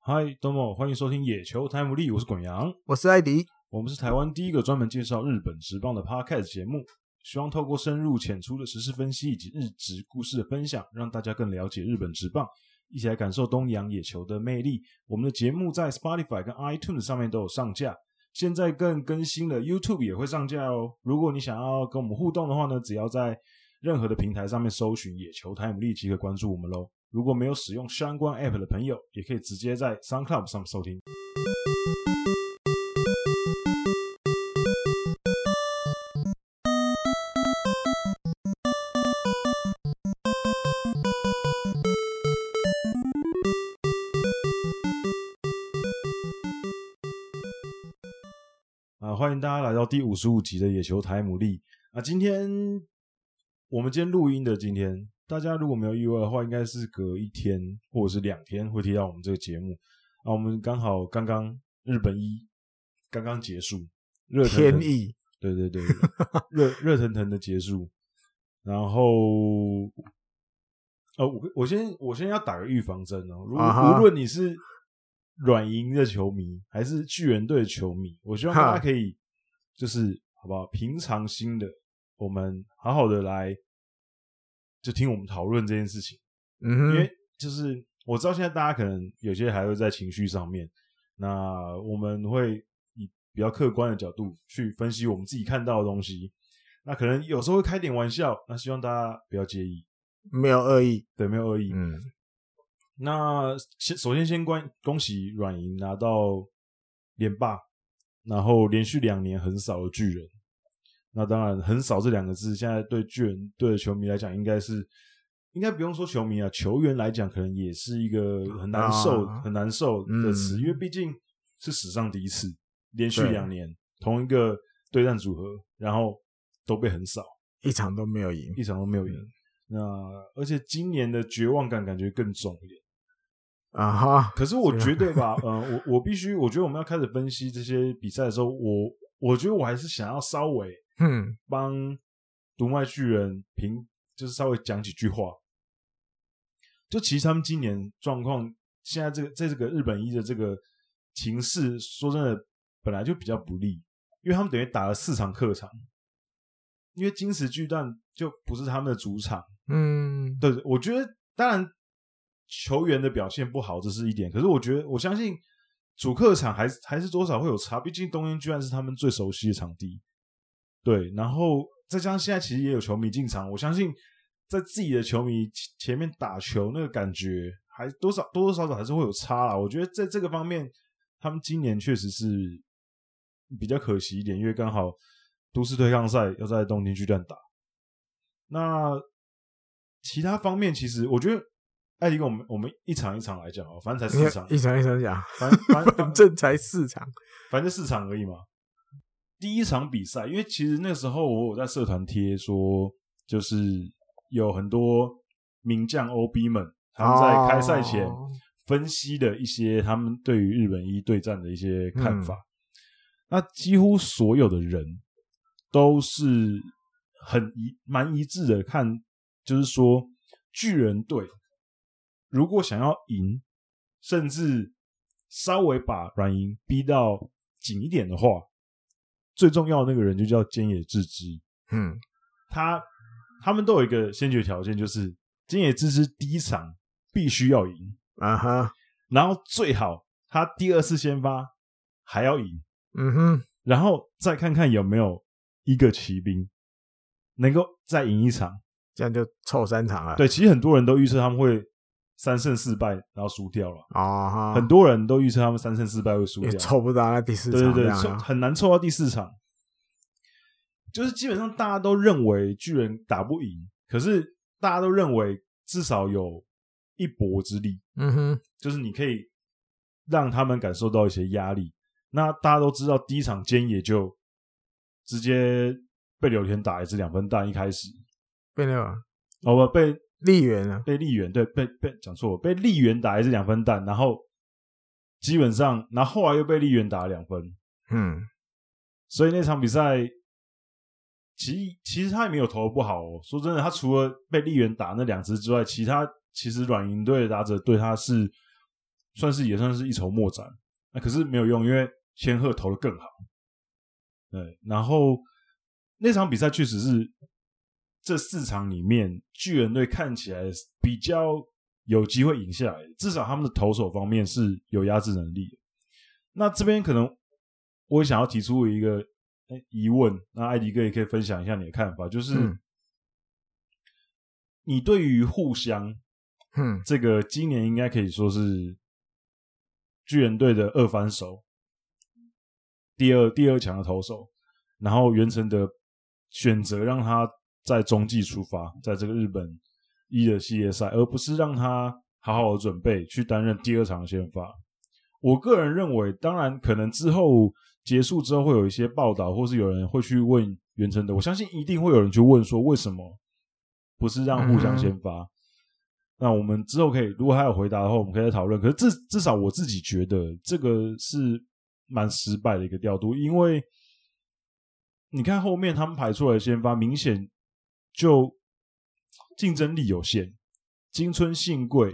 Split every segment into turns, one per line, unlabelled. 嗨，东某，欢迎收听《野球台姆利》，我是滚羊，
我是艾迪。
我们是台湾第一个专门介绍日本职棒的 podcast 节目，希望透过深入浅出的时事分析以及日职故事的分享，让大家更了解日本职棒，一起来感受东洋野球的魅力。我们的节目在 Spotify 跟 iTunes 上面都有上架，现在更更新了 YouTube 也会上架哦。如果你想要跟我们互动的话呢，只要在任何的平台上面搜寻“野球台姆利”即可关注我们喽。如果没有使用相关 App 的朋友，也可以直接在 SoundCloud 上面收听。啊，欢迎大家来到第五十五集的野球台姆利啊！今天我们今天录音的今天，大家如果没有意外的话，应该是隔一天或者是两天会提到我们这个节目啊。我们刚好刚刚日本一刚刚结束，热腾腾
天意
对对对， 热热腾腾的结束。然后，呃，我我先我先要打个预防针哦。如果、
啊哈
无论你是软银的球迷还是巨人队的球迷，我希望
哈
大家可以就是好不好，平常心的，我们好好的来就听我们讨论这件事情。
嗯
因为
哼，
就是我知道现在大家可能有些还会在情绪上面，那我们会以比较客观的角度去分析我们自己看到的东西，那可能有时候会开点玩笑，那希望大家不要介意，
没有恶意。
对，没有恶意。
嗯，
那先首先先关恭喜软银拿到连霸，然后连续两年横扫了巨人。那当然，横扫这两个字，现在对巨人队的球迷来讲，应该是应该不用说球迷啊，球员来讲，可能也是一个很难受、
啊
很难受的词，
嗯
因为毕竟是史上第一次连续
对
两年同一个对战组合，然后都被横扫。
一场都没有赢
一。场都没有赢。
嗯
那而且今年的绝望感感觉更重一点。
啊哈，
可是我
这
觉得吧，呃，我我必须，我觉得我们要开始分析这些比赛的时候，我我觉得我还是想要稍微
嗯，
帮独卖巨人评，就是稍微讲几句话。就其实他们今年状况，现在这个在这个日本一的这个情势，说真的，本来就比较不利，因为他们等于打了四场客场，因为金石巨蛋就不是他们的主场。
嗯，
对，我觉得当然球员的表现不好这是一点，可是我觉得我相信主客场还是还是多少会有差，毕竟东京居然是他们最熟悉的场地。对，然后再加上现在其实也有球迷进场，我相信在自己的球迷前前面打球那个感觉还多少多多少少还是会有差啦。我觉得在这个方面，他们今年确实是比较可惜一点，因为刚好都市对抗赛要在东京巨蛋打。那其他方面，其实我觉得艾迪跟我们我们一场一场来讲哦，反正才
你
四场
看，一场一场讲，
反反
反 正才四场。
反正四场而已嘛。第一场比赛，因为其实那时候我有在社团贴说，就是有很多名将 OB 们他们在开赛前
哦
分析的一些他们对于日本一对战的一些看法。那几乎所有的人都是很一蛮一致的看，就是说巨人队如果想要赢，甚至稍微把软银逼到紧一点的话，最重要的那个人就叫菅野智之。
嗯，
他他们都有一个先决条件，就是菅野智之第一场必须要赢，
啊哈，
然后最好他第二次先发还要赢，
嗯哼，
然后再看看有没有一个骑兵能够再赢一场。
这样就凑三场了。，
对，其实很多人都预测他们会三胜四败，然后输掉了。
啊哈，
很多人都预测他们三胜四败会输
也
掉，
凑不到那第四
对
场
对对，
这样
凑
啊。
很难凑到第四场。就是基本上大家都认为巨人打不赢，可是大家都认为至少有一搏之力，
嗯哼，
就是你可以让他们感受到一些压力。那大家都知道，第一场菅野就直接被柳田打一支两分弹，一开始
变了
哦不被
丽媛了。
被利源对被被讲错了，被利源打一支两分弹，然后基本上，然后后来又被利源打了两分，
嗯，
所以那场比赛，其实其实他也没有投的不好哦。说真的，他除了被利源打那两支之外，其他其实软银队的打者对他是算是也算是一筹莫展。那、可是没有用，因为千鹤投的更好。对，然后那场比赛确实是这四场里面巨人队看起来比较有机会赢下来，至少他们的投手方面是有压制能力的。那这边可能我也想要提出一个哎疑问，那艾迪哥也可以分享一下你的看法，就是。
嗯
你对于互相
嗯
这个今年应该可以说是巨人队的二番手，第二第二强的投手，然后袁成德选择让他在中继出发，在这个日本一的系列赛，而不是让他好好的准备去担任第二场的先发。我个人认为，当然可能之后结束之后会有一些报道，或是有人会去问袁成德，我相信一定会有人去问说为什么不是让互相先发。那我们之后可以，如果还有回答的话，我们可以再讨论。可是至至少我自己觉得这个是蛮失败的一个调度，因为你看后面他们排出来的先发，明显就竞争力有限。金春信贵，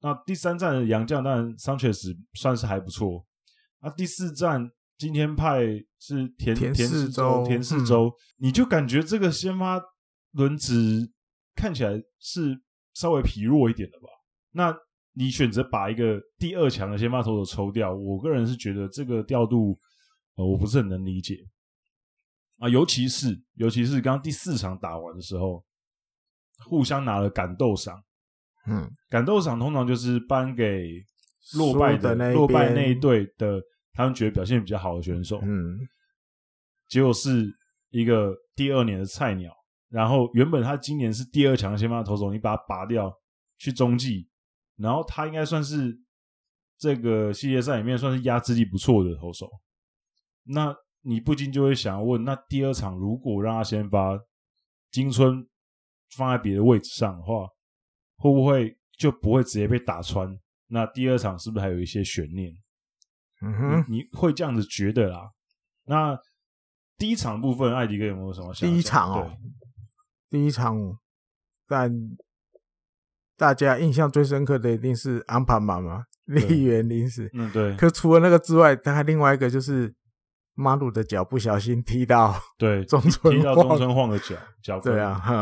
那第三站的杨将当然桑切斯算是还不错。那第四站今天派是田
田
四
四
周
周
田四
嗯
周，你就感觉这个先发轮值看起来是稍微疲弱一点的吧？那你选择把一个第二强的先发投手抽掉，我个人是觉得这个调度，呃，我不是很能理解啊。尤其是尤其是刚刚第四场打完的时候，互相拿了感斗赏，
嗯，
感斗赏通常就是颁给落败
输的那一
落败
边
那一队的，他们觉得表现比较好的选手，
嗯
结果是一个第二年的菜鸟，然后原本他今年是第二强的先发投手，你把他拔掉去中继，然后他应该算是这个系列赛里面算是压制力不错的投手。那你不禁就会想要问，那第二场如果让他先发金春放在别的位置上的话，会不会就不会直接被打穿？那第二场是不是还有一些悬念？
嗯哼，
你你会这样子觉得啦。那第一场部分，艾迪哥有没有什么想法？
第一场哦，第一场，但大家印象最深刻的一定是安帕玛嘛，立原临时
对，。嗯，对，
可除了那个之外，他还另外一个就是马鲁的脚不小心 踢到
对，
中
踢
村
到中
晃，
村晃的脚脚跟
对啊，，哈，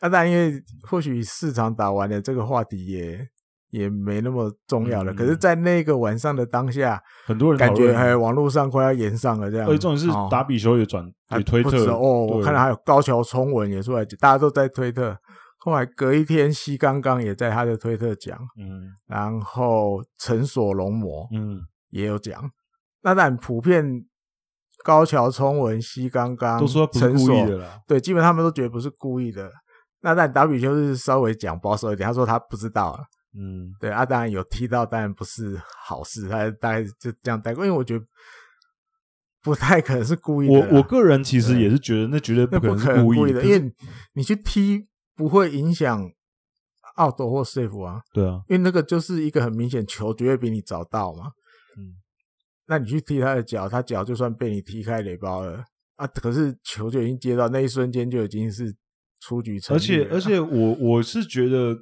啊，但因为或许市场打完了，这个话题也也没那么重要了。
嗯
可是，在那个晚上的当下，
很多人
感
讨
觉
论
还网络上快要延上了这样。
而且重点是
哦
达比修也转
还
也推
不止
特
哦，我
对
看到还有高桥冲文也出来，大家都在推特。后来隔一天，西刚刚也在他的推特讲，
嗯
然后陈所龙魔
嗯，
也有讲。那但普遍高桥冲文、西刚刚
都说他不是
陈
故
所
意的啦，
对，基本他们都觉得不是故意的。那但达比就是稍微讲保守一点，他说他不知道啊。
嗯
对啊，当然有踢到，当然不是好事，他大概就这样带过，因为我觉得不太可能是故意的啦。
我我个人其实也是觉得那绝对
那
可
不
能
可
是
能
意可
意的，
是
因为你去踢不会影响奥斗或 safe 啊，
对啊，
因为那个就是一个很明显球绝对比你早到嘛。
嗯，
那你去踢他的脚，他脚就算被你踢开垒包了啊，可是球就已经接到，那一瞬间就已经是出局成
而
立
且
了
而且我我是觉得，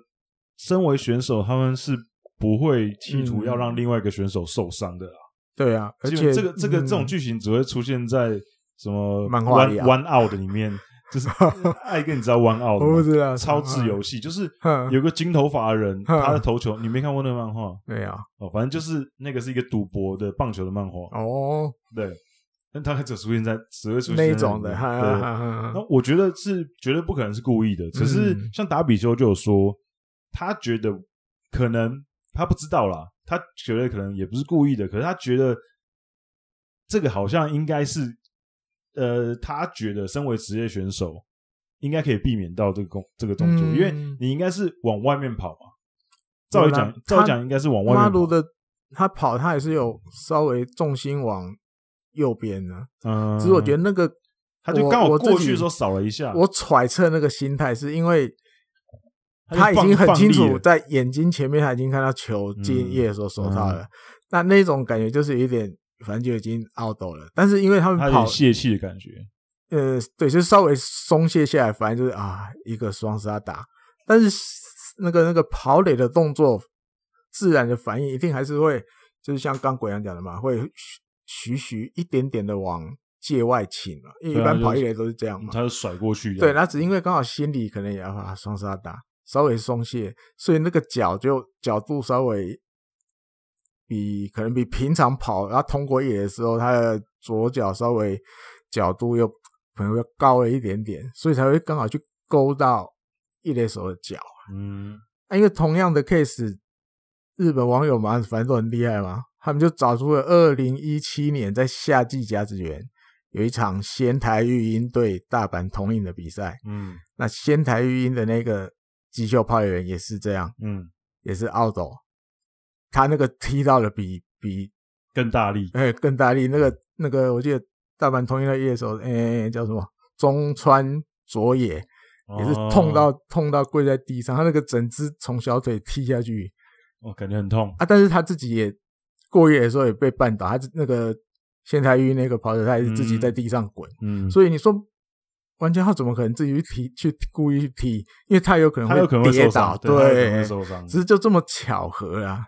身为选手，他们是不会企图要
嗯
让另外一个选手受伤的啦。
对啊，而
基
且
本这个这个这种
嗯
剧情只会出现在什么
漫画里啊
弯奥的里面，就是 艾哥，你知道弯奥
我不知道嗯
超智游戏，就是
哼
有个金头发的人，
哼
他的头球，你没看过那个漫画
没有
哦，反正就是那个是一个赌博的棒球的漫画，
哦
对，但他只出现在只会出现在里
那一
面
种的，哈哈
对
哈哈
那我觉得是绝对不可能是故意的，只是
嗯
像达比修就有说，他觉得可能他不知道啦，他觉得可能也不是故意的，可是他觉得这个好像应该是，呃，他觉得身为职业选手应该可以避免到这个工这个动作，
嗯
因为你应该是往外面跑嘛。照理讲
有啦，
照理
他
讲应该是往外
马
面
鲁
跑。
的他跑，他也是有稍微重心往右边的，
嗯，
只是我觉得那个
他就刚好
我我自己
过去的时候啊扫了一下
我揣测那个心态是因为
他就
他已
放
经很
放
清
力
楚
了
在眼睛前面，他已经看到球
嗯
进叶的时候手套
嗯
了，那那种感觉就是有一点，反正就已经 out 了。但是因为他们
他有
跑
点，泄气的感觉。
呃，对，就是稍微松懈下来，反正就是啊，一个双杀打。但是那个那个跑垒的动作自然的反应一定还是会，就是像刚鬼阳讲的嘛，会徐徐一点点的往界外倾嘛，因为一
对啊
般跑
就
一
是
垒都是这样嘛。
他就甩过去这
对，
样，
那只因为刚好心里可能也要啊双杀打，稍微松懈，所以那个脚就角度稍微比可能比平常跑，然后通过野的时候，他的左脚稍微角度又可能又高了一点点，所以才会刚好去勾到一垒手的脚。
嗯，
啊，因为同样的 case，日本网友嘛，反正都很厉害嘛，他们就找出了二零一七年在夏季甲子园有一场仙台育英对大阪桐荫的比赛。
嗯
那仙台育英的那个击球炮员也是这样，
嗯，
也是澳斗，他那个踢到了比比
更大力，
哎更大力，那个那个我记得大阪桐荫的野手，哎、叫什么中川佐野，也是痛到、
哦，
痛到跪在地上，他那个整只从小腿踢下去，
哦，感觉很痛，
啊，但是他自己也过夜的时候也被绊倒，他自那个仙台玉那个跑者，他也是自己在地上滚，
嗯，
所以你说玩家他怎么可能自己去踢去故意去踢？因为他有可能
他有可能会
跌
受
倒，
伤，
对，
他有可能会受伤，
只是就这么巧合啊。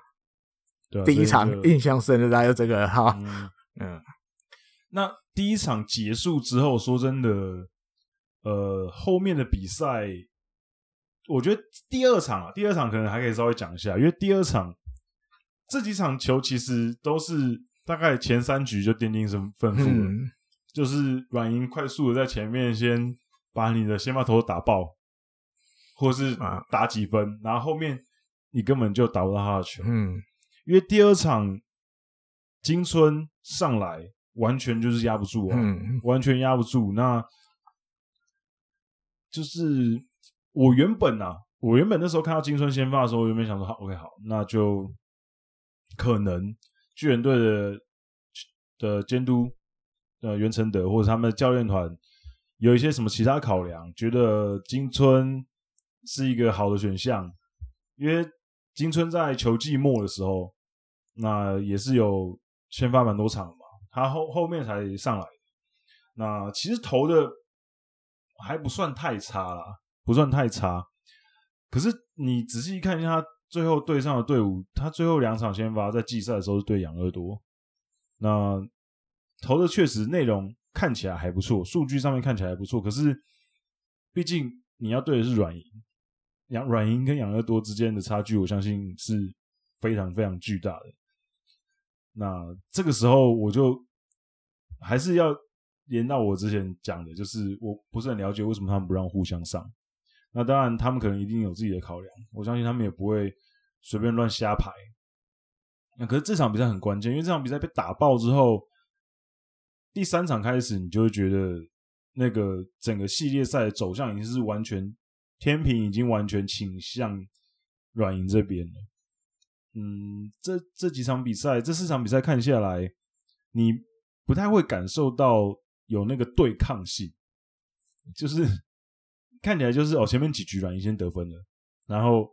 对啊
第
所
一
以
场
就
印象深的大概就这个哈，
嗯
嗯，
那第一场结束之后，说真的，呃，后面的比赛，我觉得第二场啊，第二场可能还可以稍微讲一下，因为第二场这几场球其实都是大概前三局就奠定胜胜负了，
嗯
就是软银快速的在前面先把你的先发投手打爆，或是
啊
打几分，然后后面你根本就打不到他的球，
嗯，
因为第二场金春上来完全就是压不住啊，
嗯
完全压不住。那就是我原本啊，我原本那时候看到金春先发的时候，我原本想说好，OK，好，那就可能巨人队的的监督呃袁成德或者他们的教练团有一些什么其他考量，觉得金春是一个好的选项，因为金春在球季末的时候，那也是有先发蛮多场的嘛，他后后面才上来的。那其实投的还不算太差啦，不算太差。可是你仔细看一下他最后对上的队伍，他最后两场先发在季赛的时候是对养乐多，那投的确实内容看起来还不错，数据上面看起来还不错，可是毕竟你要对的是软银，养软银跟养乐多之间的差距，我相信是非常非常巨大的。那这个时候我就还是要连到我之前讲的，就是我不是很了解为什么他们不让互相上。那当然，他们可能一定有自己的考量，我相信他们也不会随便乱瞎排。那可是这场比赛很关键，因为这场比赛被打爆之后，第三场开始你就会觉得那个整个系列赛的走向已经是完全天平已经完全倾向软银这边了。嗯，这这几场比赛，这四场比赛看下来，你不太会感受到有那个对抗性，就是看起来就是哦，前面几局软银先得分了，然后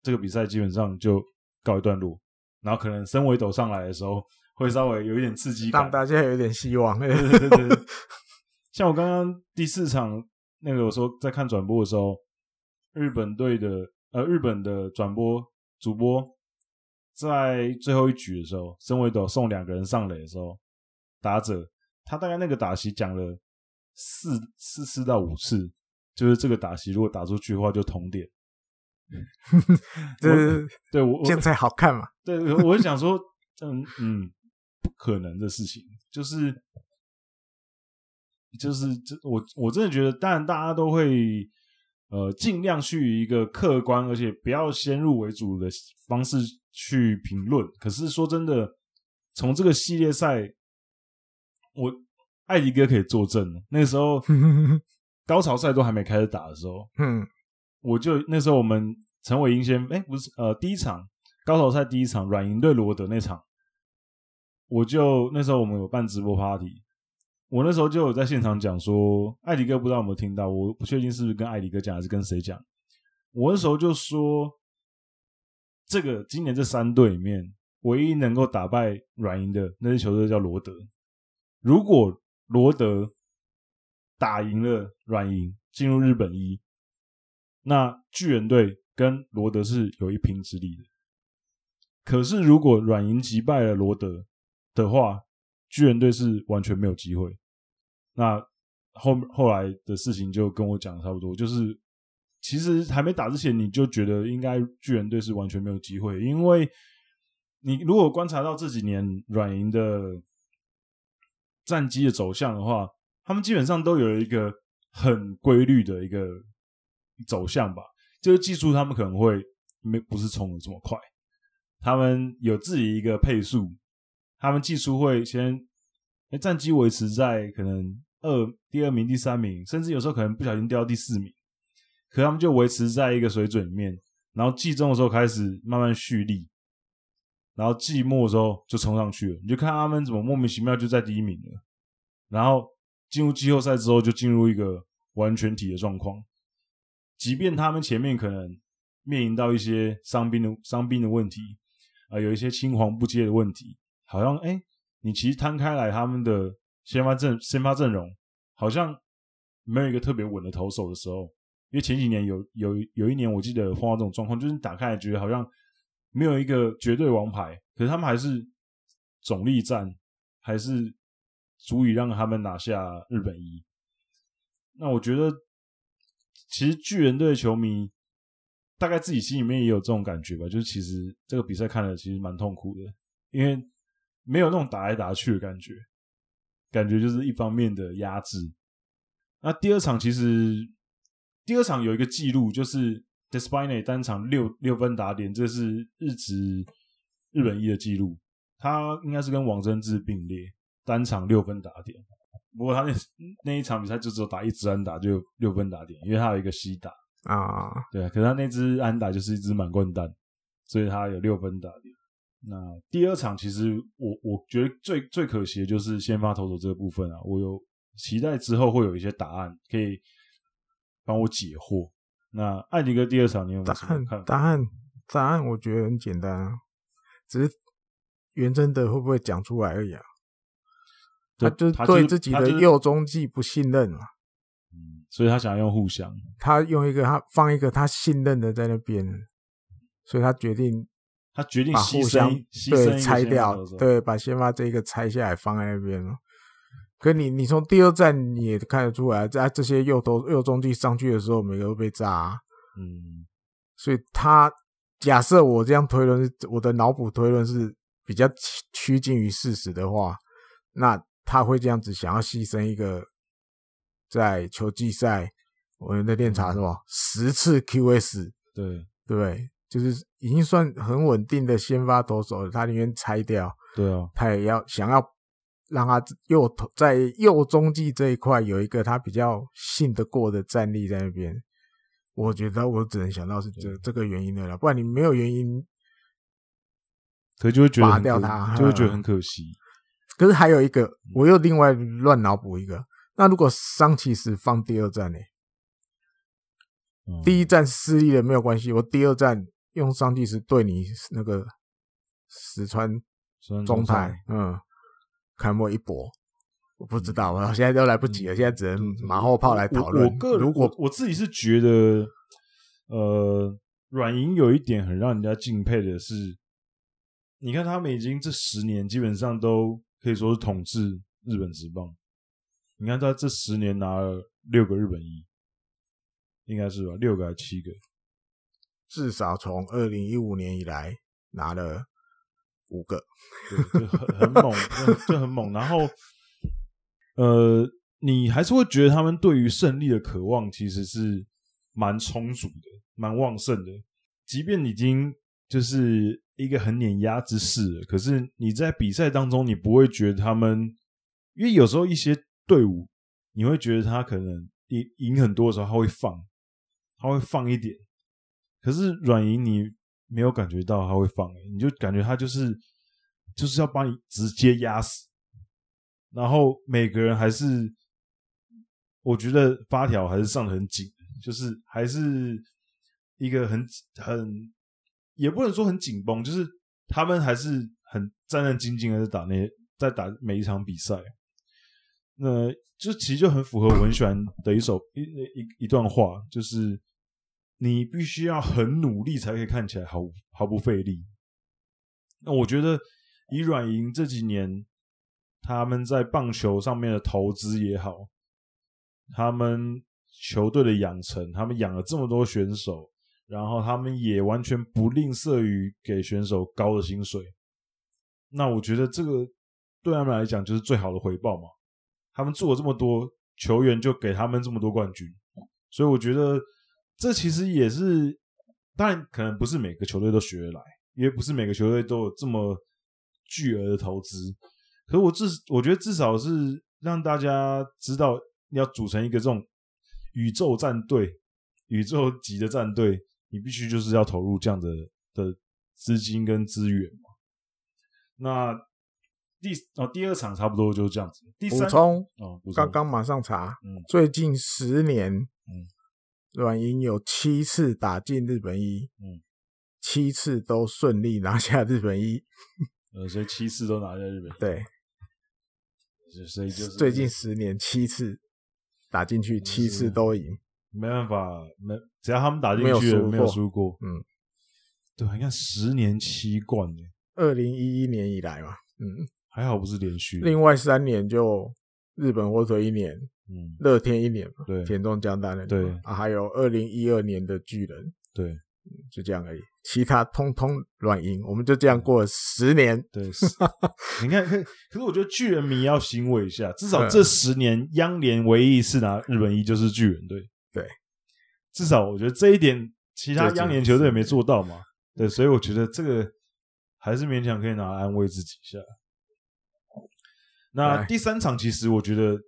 这个比赛基本上就告一段落，然后可能森尾斗上来的时候会稍微有一点刺激感
让，大家有点希望。
对对对 对，像我刚刚第四场那个，我说在看转播的时候，日本队的呃日本的转播主播在最后一局的时候，森尾斗送两个人上垒的时候，打者他大概那个打席讲了四四次到五次，就是这个打席如果打出去的话就同点。
这是
对我我
这样才好看嘛。
对，我我就想说，嗯嗯，不可能的事情，就是就是这我我真的觉得，当然大家都会呃尽量去一个客观而且不要先入为主的方式去评论。可是说真的，从这个系列赛，我艾迪哥可以作证，那个时候高潮赛都还没开始打的时候，
嗯
我就那时候我们陈伟英先，哎、不是，呃，第一场高手赛第一场软银对罗德那场，我就那时候我们有办直播 party，我那时候就有在现场讲说，艾迪哥不知道有没有听到，我不确定是不是跟艾迪哥讲还是跟谁讲，我那时候就说，这个今年这三队里面唯一能够打败软银的那支球队叫罗德，如果罗德打赢了软银，进入日本一，那巨人队跟罗德是有一拼之力的。可是如果软银击败了罗德的话，巨人队是完全没有机会。那后后来的事情就跟我讲的差不多，就是其实还没打之前，你就觉得应该巨人队是完全没有机会，因为你如果观察到这几年软银的战绩的走向的话，他们基本上都有一个很规律的一个走向吧，就是技术他们可能会没不是冲的这么快，他们有自己一个配速，他们技术会先、诶战绩维持在可能二第二名、第三名，甚至有时候可能不小心掉到第四名，可他们就维持在一个水准里面，然后季中的时候开始慢慢蓄力。然后季末的时候就冲上去了，你就看他们怎么莫名其妙就在第一名了。然后进入季后赛之后，就进入一个完全体的状况。即便他们前面可能面临到一些伤兵的伤兵的问题，啊、有一些青黄不接的问题，好像哎，你其实摊开来他们的先发阵先发阵容，好像没有一个特别稳的投手的时候，因为前几年有有有一年我记得碰到这种状况，就是你打开来觉得好像没有一个绝对王牌，可是他们还是总力战，还是足以让他们拿下日本一。那我觉得，其实巨人队的球迷大概自己心里面也有这种感觉吧，就是其实这个比赛看了其实蛮痛苦的，因为没有那种打来打去的感觉，感觉就是一方面的压制。那第二场其实第二场有一个记录，就是 Despine 单场六六分打点，这是日职日本一的记录，他应该是跟王贞治并列，单场六分打点。不过他那那一场比赛就只有打一支安打，就六分打点，因为他有一个西打，
啊，
对啊，可是他那只安打就是一只满贯蛋，所以他有六分打点。那第二场其实我我觉得最最可惜的就是先发投手这个部分啊，我有期待之后会有一些答案可以帮我解惑。那艾迪哥第二场你有没
答
有什么
案
看法？
答案答案，我觉得很简单啊，只是袁真的会不会讲出来而已啊。他
对
就是
他
对
是
自己
他
的
就是
右中继不信任嘛，
嗯所以他想用互相。
他用一个他放一个他信任的在那边，所以他决定
他决定
把
牺
互
牲
相
牺牲一
对
个
拆
先发
掉
投手，
对，把先发这一个拆下来放在那边嘛。可你你从第二站你也看得出来，在这些右投右中继上去的时候，每个都被炸、啊，
嗯，
所以他假设我这样推论，我的脑补推论是比较趋趋近于事实的话，那他会这样子想要牺牲一个在球季赛我们的练查什么十次 QS，
对
对不对？就是已经算很稳定的先发投手了，他宁愿拆掉，
对啊，
他也要想要让他右投在右中继这一块有一个他比较信得过的战力在那边。我觉得我只能想到是这这个原因的了啦，不然你没有原因。
可就会觉得
拔
很
掉
可
他嗯
就会觉得很可惜。
可是还有一个，我又另外乱脑补一个。那如果桑奇斯放第二站呢？
嗯
第一站失利了没有关系，我第二站用桑奇斯对你那个石川
虽然
中
说
台，嗯，砍莫一搏，我不知道，我现在都来不及了，现在只能马后炮来讨
嗯
论
我我。个人
如果
我我自己是觉得，呃，软银有一点很让人家敬佩的是，你看他们已经这十年基本上都可以说是统治日本职棒。你看他这十年拿了六个日本一，应该是吧？六个还是七个？
至少从二零一五年以来拿了五个，
对，就很很猛，就就很猛。然后，呃，你还是会觉得他们对于胜利的渴望其实是蛮充足的，蛮旺盛的。即便已经就是一个很碾压之势了，可是你在比赛当中，你不会觉得他们，因为有时候一些队伍，你会觉得他可能赢赢很多的时候，他会放，他会放一点。可是软银你没有感觉到他会放、欸你就感觉他就是就是要把你直接压死。然后每个人还是，我觉得发条还是上的很紧，就是还是一个很很也不能说很紧绷，就是他们还是很战战兢兢的在打那在打每一场比赛。啊那就其实就很符合我很喜欢的一首一一一段话，就是你必须要很努力才可以看起来毫毫不费力。那我觉得以软银这几年他们在棒球上面的投资也好，他们球队的养成，他们养了这么多选手，然后他们也完全不吝啬于给选手高的薪水。那我觉得这个对他们来讲就是最好的回报嘛。他们做了这么多，球员就给他们这么多冠军，所以我觉得这其实也是，当然可能不是每个球队都学得来，因为不是每个球队都有这么巨额的投资。可是我至我觉得至少是让大家知道，要组成一个这种宇宙战队、宇宙级的战队，你必须就是要投入这样的的资金跟资源嘛。那第哦第二场差不多就是这样子，第
补
三
充，
哦，不错
刚刚马上查，
嗯
最近十年
嗯，
软银有七次打进日本一，
嗯
七次都顺利拿下日本一，
呃，所以七次都拿下日本，
对，
所以就是
最近十年七次打进去，七次都赢，
没办法，没只要他们打进
没有
去了
输
没有
过
输过，
嗯，
对，你看十年七冠耶，
二零一一年以来嘛，嗯，
还好不是连续，
另外三年就日本火腿一年，
嗯，
乐天一年嘛，
对
田中将大那年嘛
对
啊，还有二零一二年的巨人，
对
就这样而已，其他通通软银，我们就这样过了十年，
对， 是你看，可可是我觉得巨人迷要欣慰一下，至少
嗯
这十年央联唯一一次拿日本一就是巨人队，
对，
至少我觉得这一点其他
这
央联球队也没做到嘛，对，所以我觉得这个还是勉强可以拿来安慰自己一下。那
哎
第三场，其实我觉得，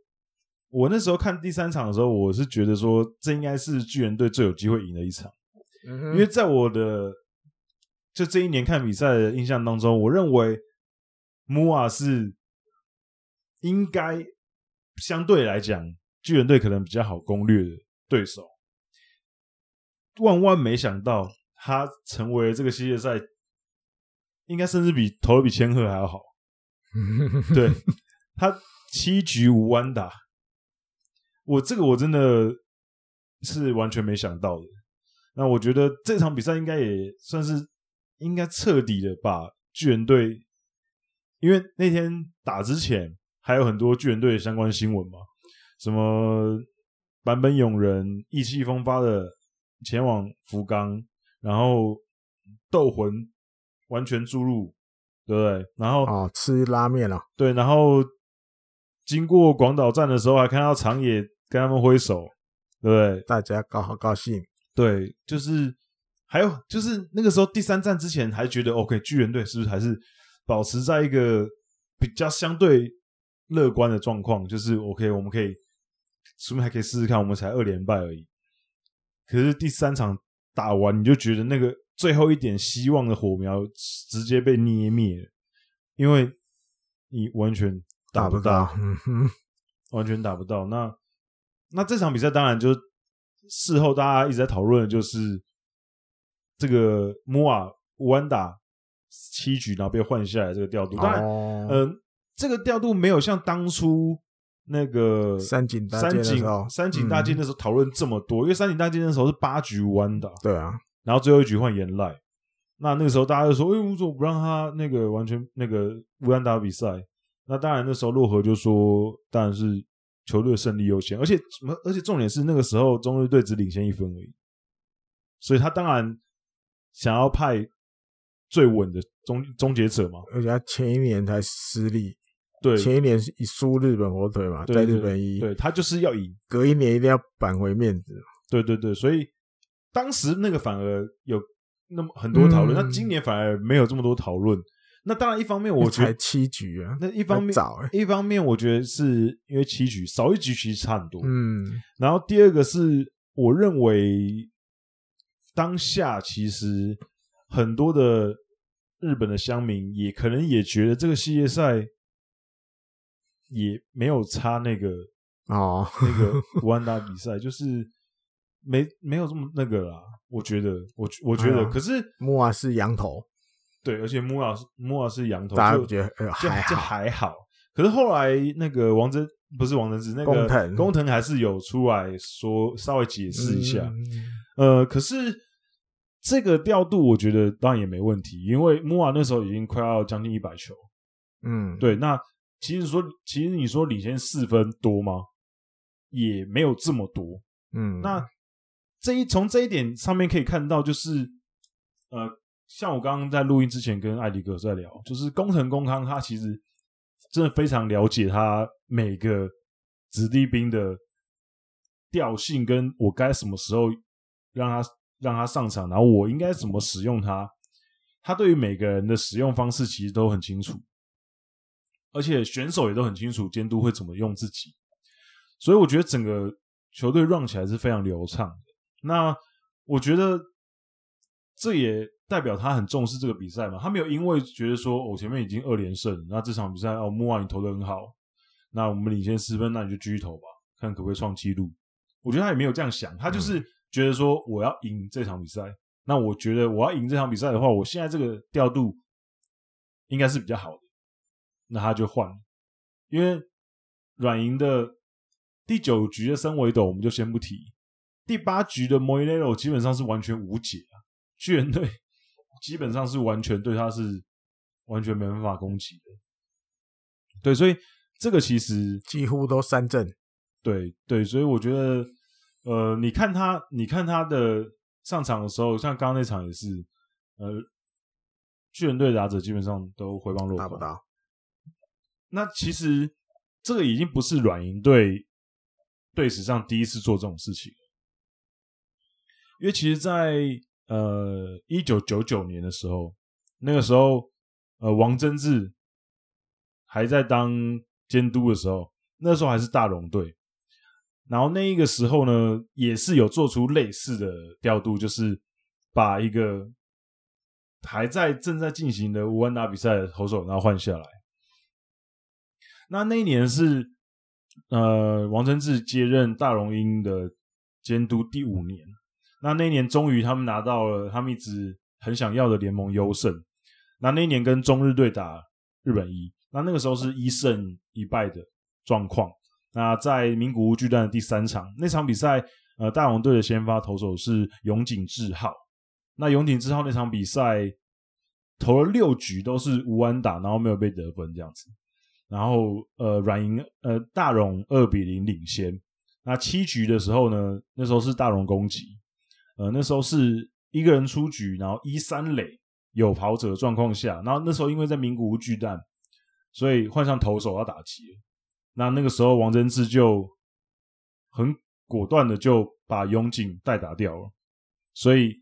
我那时候看第三场的时候，我是觉得说，这应该是巨人队最有机会赢的一场，
因
因为在我的就这一年看比赛的印象当中，我认为穆瓦是应该相对来讲，巨人队可能比较好攻略的对手。万万没想到，他成为了这个系列赛，应该甚至比投的比千鹤还要好。对他七局无安打，我这个我真的是完全没想到的。那我觉得这场比赛应该也算是应该彻底的把巨人队，因为那天打之前还有很多巨人队的相关新闻嘛，什么坂本勇人意气风发的前往福冈，然后斗魂完全注入，对不对？然后
哦，吃拉面了、
对，然后经过广岛站的时候，还看到长野跟他们挥手，对不对？
大家高好高兴。
对，就是还有就是那个时候第三站之前还觉得 OK，巨人队是不是还是保持在一个比较相对乐观的状况？就是 OK，我们可以说明还可以试试看，我们才二连败而已。可是第三场打完，你就觉得那个最后一点希望的火苗直接被捏灭了，因为你完全打
打
不
不
到
到，，嗯哼，
完全打不到。那那这场比赛当然就是事后大家一直在讨论，的就是这个穆瓦乌安打七局，然后被换下来这个调度。当然，
哦
嗯、这个调度没有像当初那个
三井大
三
介的
井
时候嗯
三井大进那时候讨论这么多，因为三井大进那时候是八局无安打，
对啊，
然后最后一局换岩濑。那那个时候大家就说：“哎、为什么不让他那个完全那个乌兰达比赛？”那当然那时候洛河就说：“当然是球队的胜利优先，而且什么？而且重点是那个时候中日队只领先一分而已，所以他当然想要派最稳的终终结者嘛。
而且他前一年才失利，
对，
前一年是输日本火腿嘛，
对
在
对
日本一，
对他就是要赢。
隔一年一定要扳回面子。
对对对，所以当时那个反而有那么很多讨论，
嗯
那今年反而没有这么多讨论。那当然，一方面我觉
才
得
七局啊，
那一方面
很早欸
一方面我觉得是因为七局少一局其实差很多，
嗯，
然后第二个是我认为当下其实很多的日本的乡民也可能也觉得这个系列赛也没有差那 个
哦，
那个卢安达比赛，就是没没有这么那个啦。我觉得，我我觉得，
哎呀
可是
莫瓦是羊头，
对，而且穆老师穆老师羊头，
大家
哦就
觉得呃
就
还
就
好，
还好。可是后来那个王真不是王真之，那个
工藤
工藤还是有出来说稍微解释一下。
嗯
呃，可是这个调度我觉得当然也没问题，因为穆瓦那时候已经快要将近一百球。
嗯，
对，那其实说，其实你说领先四分多吗？也没有这么多。
嗯，
那这一从这一点上面可以看到，就是呃，像我刚刚在录音之前跟艾迪哥在聊，就是工藤公康他其实真的非常了解他每个子弟兵的调性，跟我该什么时候让他让他上场，然后我应该怎么使用他。他对于每个人的使用方式其实都很清楚，而且选手也都很清楚监督会怎么用自己，所以我觉得整个球队 run 起来是非常流畅的。那我觉得这也代表他很重视这个比赛嘛，他没有因为觉得说我、哦前面已经二连胜，那这场比赛哦穆瓦你投的很好，那我们领先四分，那你就继续投吧，看可不可以创纪录。我觉得他也没有这样想，他就是觉得说我要赢这场比赛。那我觉得我要赢这场比赛的话，我现在这个调度应该是比较好的。那他就换了，因为软银的第九局的森维斗我们就先不提，第八局的 m o i l e r o 基本上是完全无解啊，巨人队 基本上是完全对他是完全没办法攻击的。对，所以这个其实
几乎都三振。
对对，所以我觉得，呃，你看他，你看他的上场的时候，像刚刚那场也是，呃，巨人队打者基本上都回防落
打
空
不到。
那其实这个已经不是软银队队史上第一次做这种事情了，因为其实在，呃一九九九年的时候，那个时候呃王贞治还在当监督的时候，那时候还是大龙队，然后那一个时候呢，也是有做出类似的调度，就是把一个还在正在进行的乌安打比赛的投手，然后换下来。那那一年是呃王贞治接任大荣鹰的监督第五年，那那一年终于他们拿到了他们一直很想要的联盟优胜。那那一年跟中日队打日本一，那那个时候是一胜一败的状况。那在名古屋巨蛋的第三场那场比赛，呃，大王队的先发投手是永井智浩。那永井智浩那场比赛投了六局都是无安打，然后没有被得分这样子。然后呃，软银呃大荣二比零领先。那七局的时候呢，那时候是大荣攻击，呃，那时候是一个人出局，然后一三垒有跑者的状况下，然后那时候因为在名古屋巨蛋，所以换上投手要打击了。那那个时候王贞治就很果断的就把永井代打掉了，所以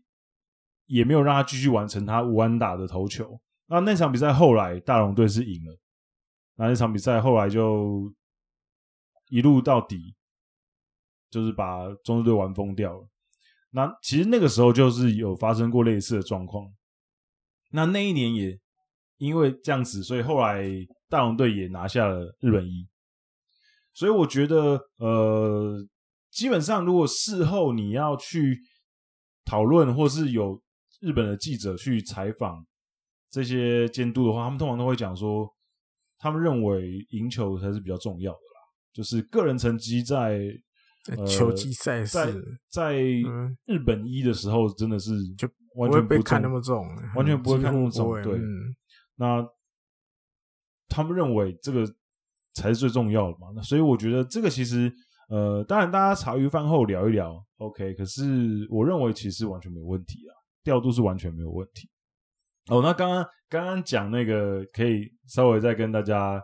也没有让他继续完成他无安打的投球。那那场比赛后来大龙队是赢了，那那场比赛后来就一路到底，就是把中日队玩疯掉了。那其实那个时候就是有发生过类似的状况。那那一年也因为这样子，所以后来大龙队也拿下了日本一。所以我觉得，呃，基本上如果事后你要去讨论，或是有日本的记者去采访这些监督的话，他们通常都会讲说，他们认为赢球才是比较重要的啦，就是个人成绩在
在
呃
球季赛事
在在
嗯
日本一的时候真的是
就
完
不会
全
被
重
看那么重，
完全不 会
几
看那
乎
么重
不会
对
嗯
那他们认为这个才是最重要的嘛。那所以我觉得这个其实，呃，当然大家茶余饭后聊一聊，OK。可是我认为其实完全没有问题啊，调度是完全没有问题。哦，那刚刚刚刚讲那个，可以稍微再跟大家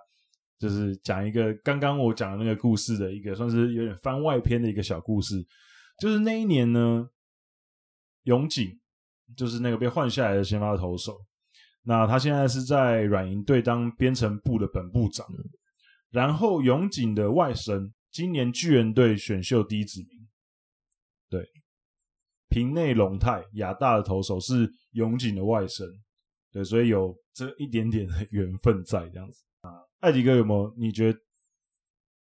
就是讲一个刚刚我讲的那个故事的一个，算是有点番外篇的一个小故事。就是那一年呢，永井就是那个被换下来的先发投手，那他现在是在软银队当编程部的本部长。然后永井的外甥今年巨人队选秀第一指名，对，平内龙太亚大的投手是永井的外甥，对，所以有这一点点的缘分在这样子啊。艾迪哥有没有？你觉得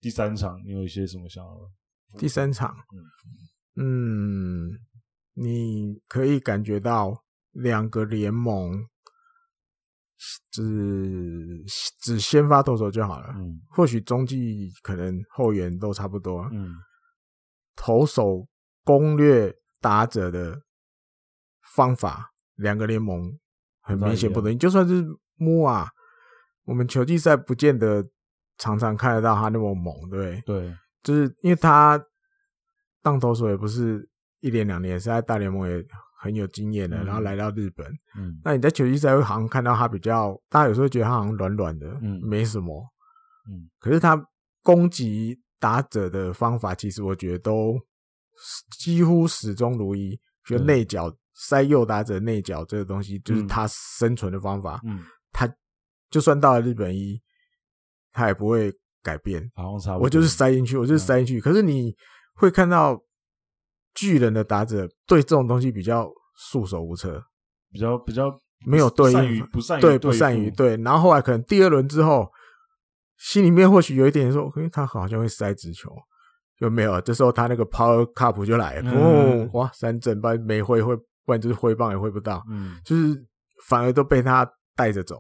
第三场你有一些什么想法吗？
第三场，嗯，你可以感觉到两个联盟只只先发投手就好了，
嗯
或许中继可能后援都差不多，
嗯
投手攻略打者的方法，两个联盟很明显不
不太
同。你就算是穆啊，我们球季赛不见得常常看得到他那么猛，对不对？
对，
就是因为他当投手也不是一年两年，是在大联盟也很有经验的，
嗯
然后来到日本，
嗯
那你在球季赛会好像看到他比较，大家有时候觉得他好像软软的，
嗯
没什么，
嗯，
可是他攻击打者的方法，其实我觉得都几乎始终如一，比如
对
内角塞右打者内角这个东西，就是
嗯
他生存的方法，
嗯，
他就算到了日本一，他也不会改变，
好像差不多。
我就是塞进去，我
嗯
就是塞进去。可是你会看到巨人的打者对这种东西比较束手无策，
比较比较
没有对应
善于不善于
对
付
不善于，对。然后后来可能第二轮之后，心里面或许有一点说，诶，他好像会塞直球，有没有？这时候他那个 power cup 就来了，
嗯
哦，哇，三振，不然没挥挥，不然就是挥棒也挥不到，
嗯，
就是反而都被他带着走。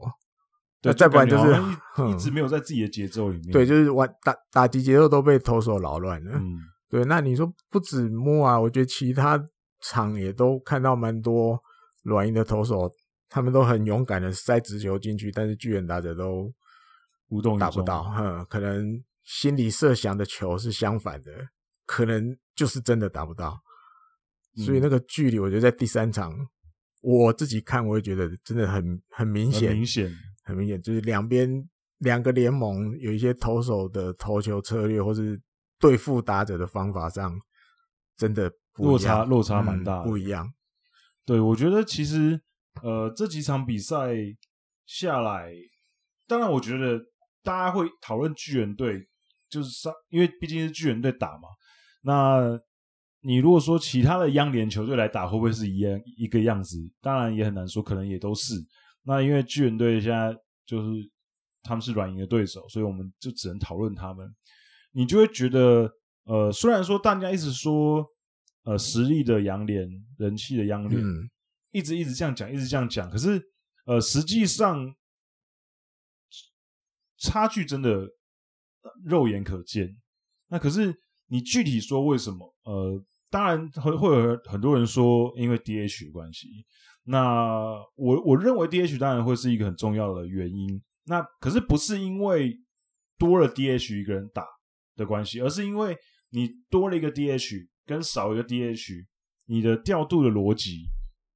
对，
那再不然就是
感觉好像一
嗯
一直没有在自己的节奏里面。
对，就是玩打打击节奏都被投手扰乱了。
嗯
对，那你说不止摸啊，我觉得其他场也都看到蛮多软硬的投手，他们都很勇敢的塞直球进去，但是巨人打者都
无动于
打不
衷
到，哼，可能心里设想的球是相反的，可能就是真的打不到，所以
嗯
那个距离，我觉得在第三场我自己看，我会觉得真的很很明
很
显，
明显，
很明显，就是两边两个联盟有一些投手的投球策略，或是对付打者的方法上，真的不一样
落差落差蛮大的
嗯不一样。
对，我觉得其实呃这几场比赛下来，当然我觉得大家会讨论巨人队，就是上，因为毕竟是巨人队打嘛。那你如果说其他的央联球队来打，会不会是一样一个样子？当然也很难说，可能也都是。那因为巨人队现在就是他们是软银的对手，所以我们就只能讨论他们。你就会觉得，呃，虽然说大家一直说，呃，实力的洋联、人气的洋联，
嗯
一直一直这样讲，一直这样讲，可是呃，实际上差距真的肉眼可见。那可是你具体说为什么？呃，当然会会有很多人说因为 DH 的关系。那我我认为 DH 当然会是一个很重要的原因。那可是不是因为多了 DH 一个人打的关系，而是因为你多了一个 DH 跟少一个 DH，你的调度的逻辑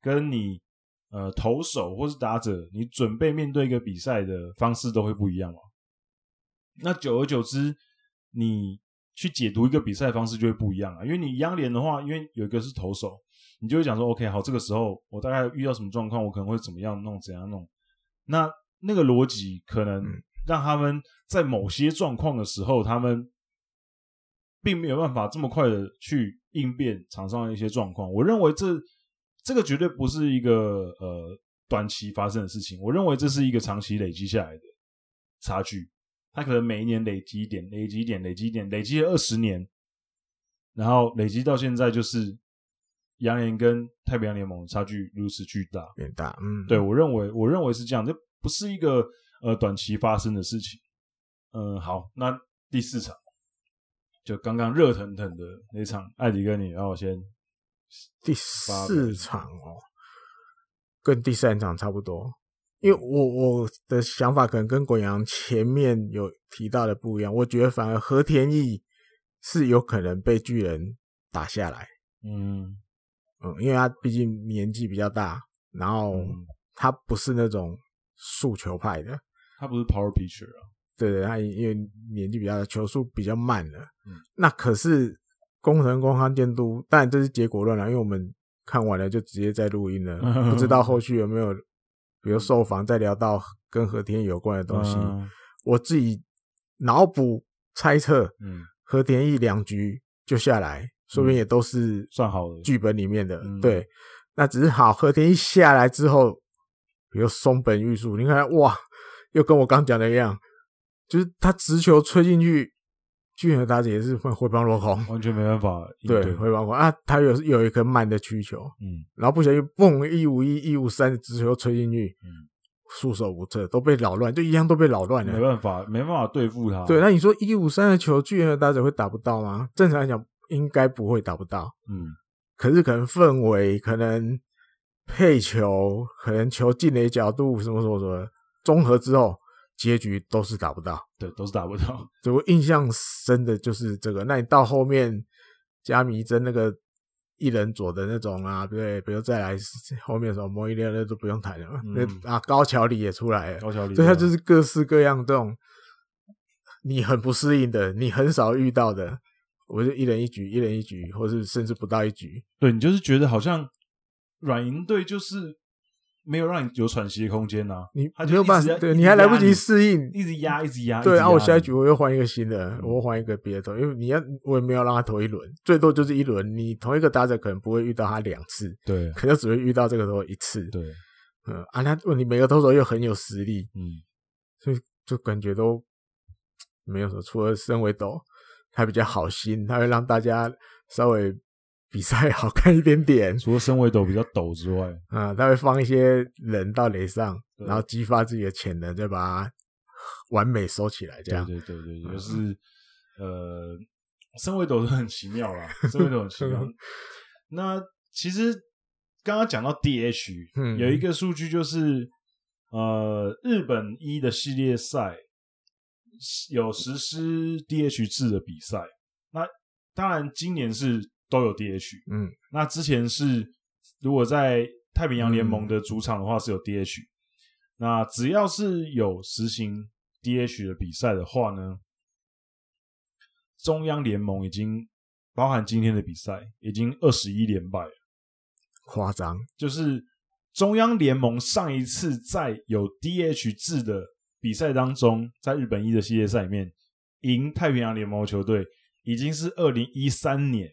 跟你呃投手或是打者，你准备面对一个比赛的方式都会不一样嘛。那久而久之，你去解读一个比赛的方式就会不一样了。啊因为你央联的话，因为有一个是投手，你就会讲说，OK，好，这个时候我大概遇到什么状况，我可能会怎么样弄，怎样弄。那那个逻辑可能
嗯
让他们在某些状况的时候，他们并没有办法这么快的去应变场上的一些状况。我认为这这个绝对不是一个呃短期发生的事情，我认为这是一个长期累积下来的差距。他可能每一年累积一点，累积一点，累积一点，累积了二十年，然后累积到现在就是洋联跟太平洋联盟差距如此巨大。
变大，嗯，
对，我认为，我认为是这样，这不是一个呃短期发生的事情。嗯，好，那第四场就刚刚热腾腾的那场，艾迪跟你让我先
第
八个
四场哦，跟第三场差不多，因为我我的想法可能跟滚阳前面有提到的不一样，我觉得反而和田义是有可能被巨人打下来。
嗯
嗯，因为他毕竟年纪比较大，然后
嗯
他不是那种速球派的，
他不是 power pitcher 啊，
对对，他因为年纪比较大，球速比较慢了。
嗯
那可是工程工康监督，当然这是结果论了，因为我们看完了就直接在录音了，不知道后续有没有，比如受访再聊到跟和田有关的东西，
嗯
我自己脑补猜测，
嗯，
和田一两局就下来，说不定也都是
算好了
剧本里面的。
嗯
对，那只是好，和田一下来之后，比如松本玉树，你看哇，又跟我刚讲的一样，就是他直球吹进去，巨人的打者也是会帮落空，
完全没办法应
对，会帮落空啊。他有有一颗慢的曲球，
嗯
然后不小心蹦一五一、一五三的直球吹进去
嗯，
束手无策，都被扰乱，就一样都被扰乱了
没。办法，没办法对付他。
对，那你说一五三的球，巨人的打者会打不到吗？正常来讲，应该不会打不到。
嗯
可是可能氛围，可能配球，可能球进垒角度什么什么什么，综合之后，结局都是打不到。
对，都是打不到。
所以我印象深的就是这个。那你到后面加迷真那个一人左的那种啊，对，比如再来后面什么莫伊列那都不用谈了嘛。那、
嗯
啊，高桥里也出来了，
高桥里，啊
对，他就是各式各样这种你很不适应的，你很少遇到的。我就一人一局，一人一局，或是甚至不到一局，
对你就是觉得好像软银队就是没有让你有喘息的空间呐、啊
你
他就
没有办
一直
法，
要
对
一直
你还来
压
不及
你
适应，
一直压，一直压。
对，
然
啊，
后
我下一局我又换一个新的，我又换一个别的投，因为你要我也没有让他投一轮，最多就是一轮，你同一个打者可能不会遇到他两次，
对
可能只会遇到这个投手一次。
对，
嗯，啊，那你每个投手又很有实力，
嗯，
所以就感觉都没有什么，除了身为斗，他比较好心，他会让大家稍微比赛 好看一点点。
除了身为斗比较抖之外，
啊、他会放一些人到垒上，
对
然后激发自己的潜能，再把它完美收起来，这
对
样。
对对对，就是呃，身为斗是很奇妙啦，身为斗很奇妙。那其实刚刚讲到 DH，、
嗯
有一个数据就是呃，日本一的系列赛有实施 DH 制的比赛，那当然今年是都有 DH，
嗯，
那之前是如果在太平洋联盟的主场的话是有 DH，、那只要是有实行 DH 的比赛的话呢，中央联盟已经包含今天的比赛已经二十一连败了，
夸张，
就是中央联盟上一次在有 DH 制的比赛当中，在日本一的系列赛里面赢太平洋联盟的球队，已经是二零一三年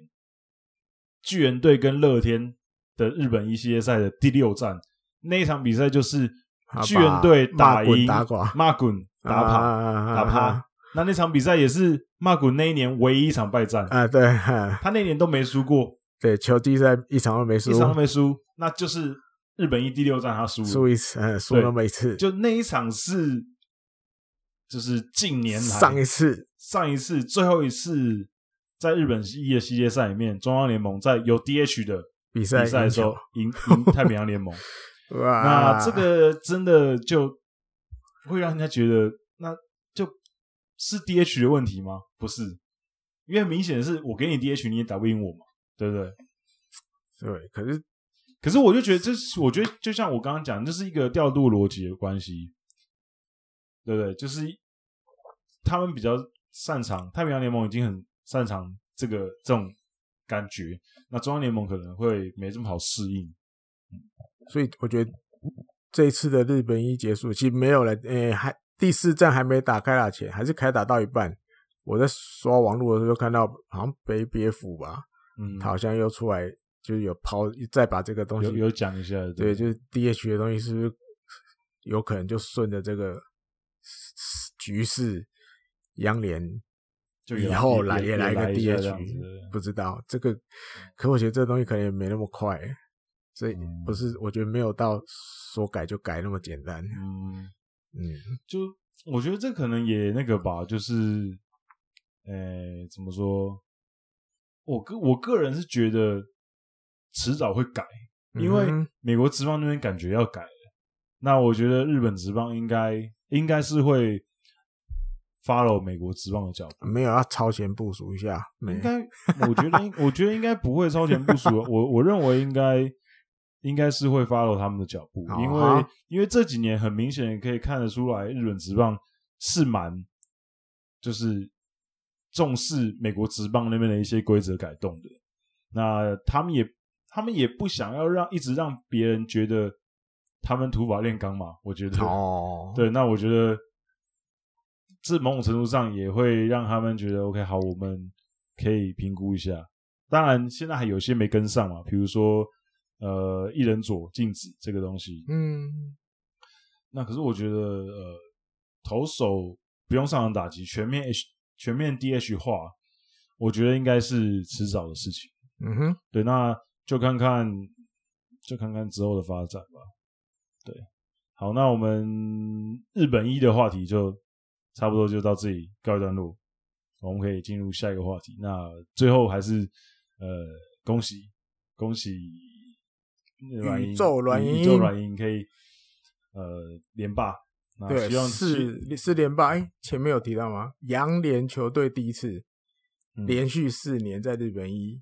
巨人队跟乐天的日本一系列赛的第六战。那一场比赛就是
他把
巨人队打
骂滚
赢
打垮
骂滚打趴、
啊
打趴。那那场比赛也是骂滚那一年唯一一场败战，
啊，对， 哈
他那年都没输过，
对，球季赛一场都没输
一，场都没输，那就是日本一第六战他输了。
输一次，嗯，输
对
那么一次，
就那一场是，就是近年来
上一次，
上一次最后一次在日本一的系列赛里面，中央联盟在有 DH 的
比赛
比赛的时候赢赢太平洋联 盟，
哇，
那这个真的就会让人家觉得，那就是 DH 的问题吗？不是，因为很明显的是我给你 DH 你也打不赢我嘛，对不对？
对，可是
可是我就觉得这是，我觉得就像我刚刚讲，这是一个调度逻辑的关系，对不对？就是他们比较擅长太平洋联盟已经很擅长这个这种感觉，那中央联盟可能会没这么好适应。
所以我觉得这一次的日本一结束，其实没有了，诶，还第四站还没打开打前，还是开打到一半。我在刷网络的时候看到，好像北别府吧，
嗯，
他好像又出来，就是有抛，再把这个东西
有有讲一下，
对，就是 DH 的东西是不是有可能就顺着这个局势央联
就也
以后来
也
来
也
个
来一下这样子嗯
DH，不知道这个，可我觉得这东西可能也没那么快，所以
嗯
不是我觉得没有到说改就改那么简单。
嗯，
嗯，
就我觉得这可能也那个吧，就是，呃，怎么说？我个我个人是觉得迟早会改，因为
嗯哼
美国职棒那边感觉要改了，那我觉得日本职棒应该应该是会 follow 美国职棒的脚步。
没有要超前部署一下，没
应该，我觉得应，我觉得应该不会超前部署。我我认为应该应该是会 follow 他们的脚步，因
好
为
啊
因为这几年很明显可以看得出来，日本职棒是蛮就是重视美国职棒那边的一些规则改动的。那他们也他们也不想要让一直让别人觉得他们土法炼钢嘛，我觉得
哦，
对，那我觉得这某种程度上也会让他们觉得 OK，好，我们可以评估一下。当然，现在还有些没跟上嘛，比如说呃，一人左禁止这个东西。
嗯，
那可是我觉得呃，投手不用上场打击，全面 H 全面 DH 化，我觉得应该是迟早的事情。
嗯哼，
对，那就看看就看看之后的发展吧。对，好，那我们日本一的话题就差不多就到这里告一段落，我们可以进入下一个话题。那最后还是呃，恭喜恭喜软银
宇宙软银
宇宙软银可以呃连霸，那
对
啊希望，
四四连霸，哎，前面有提到吗？洋联球队第一次
嗯
连续四年在日本一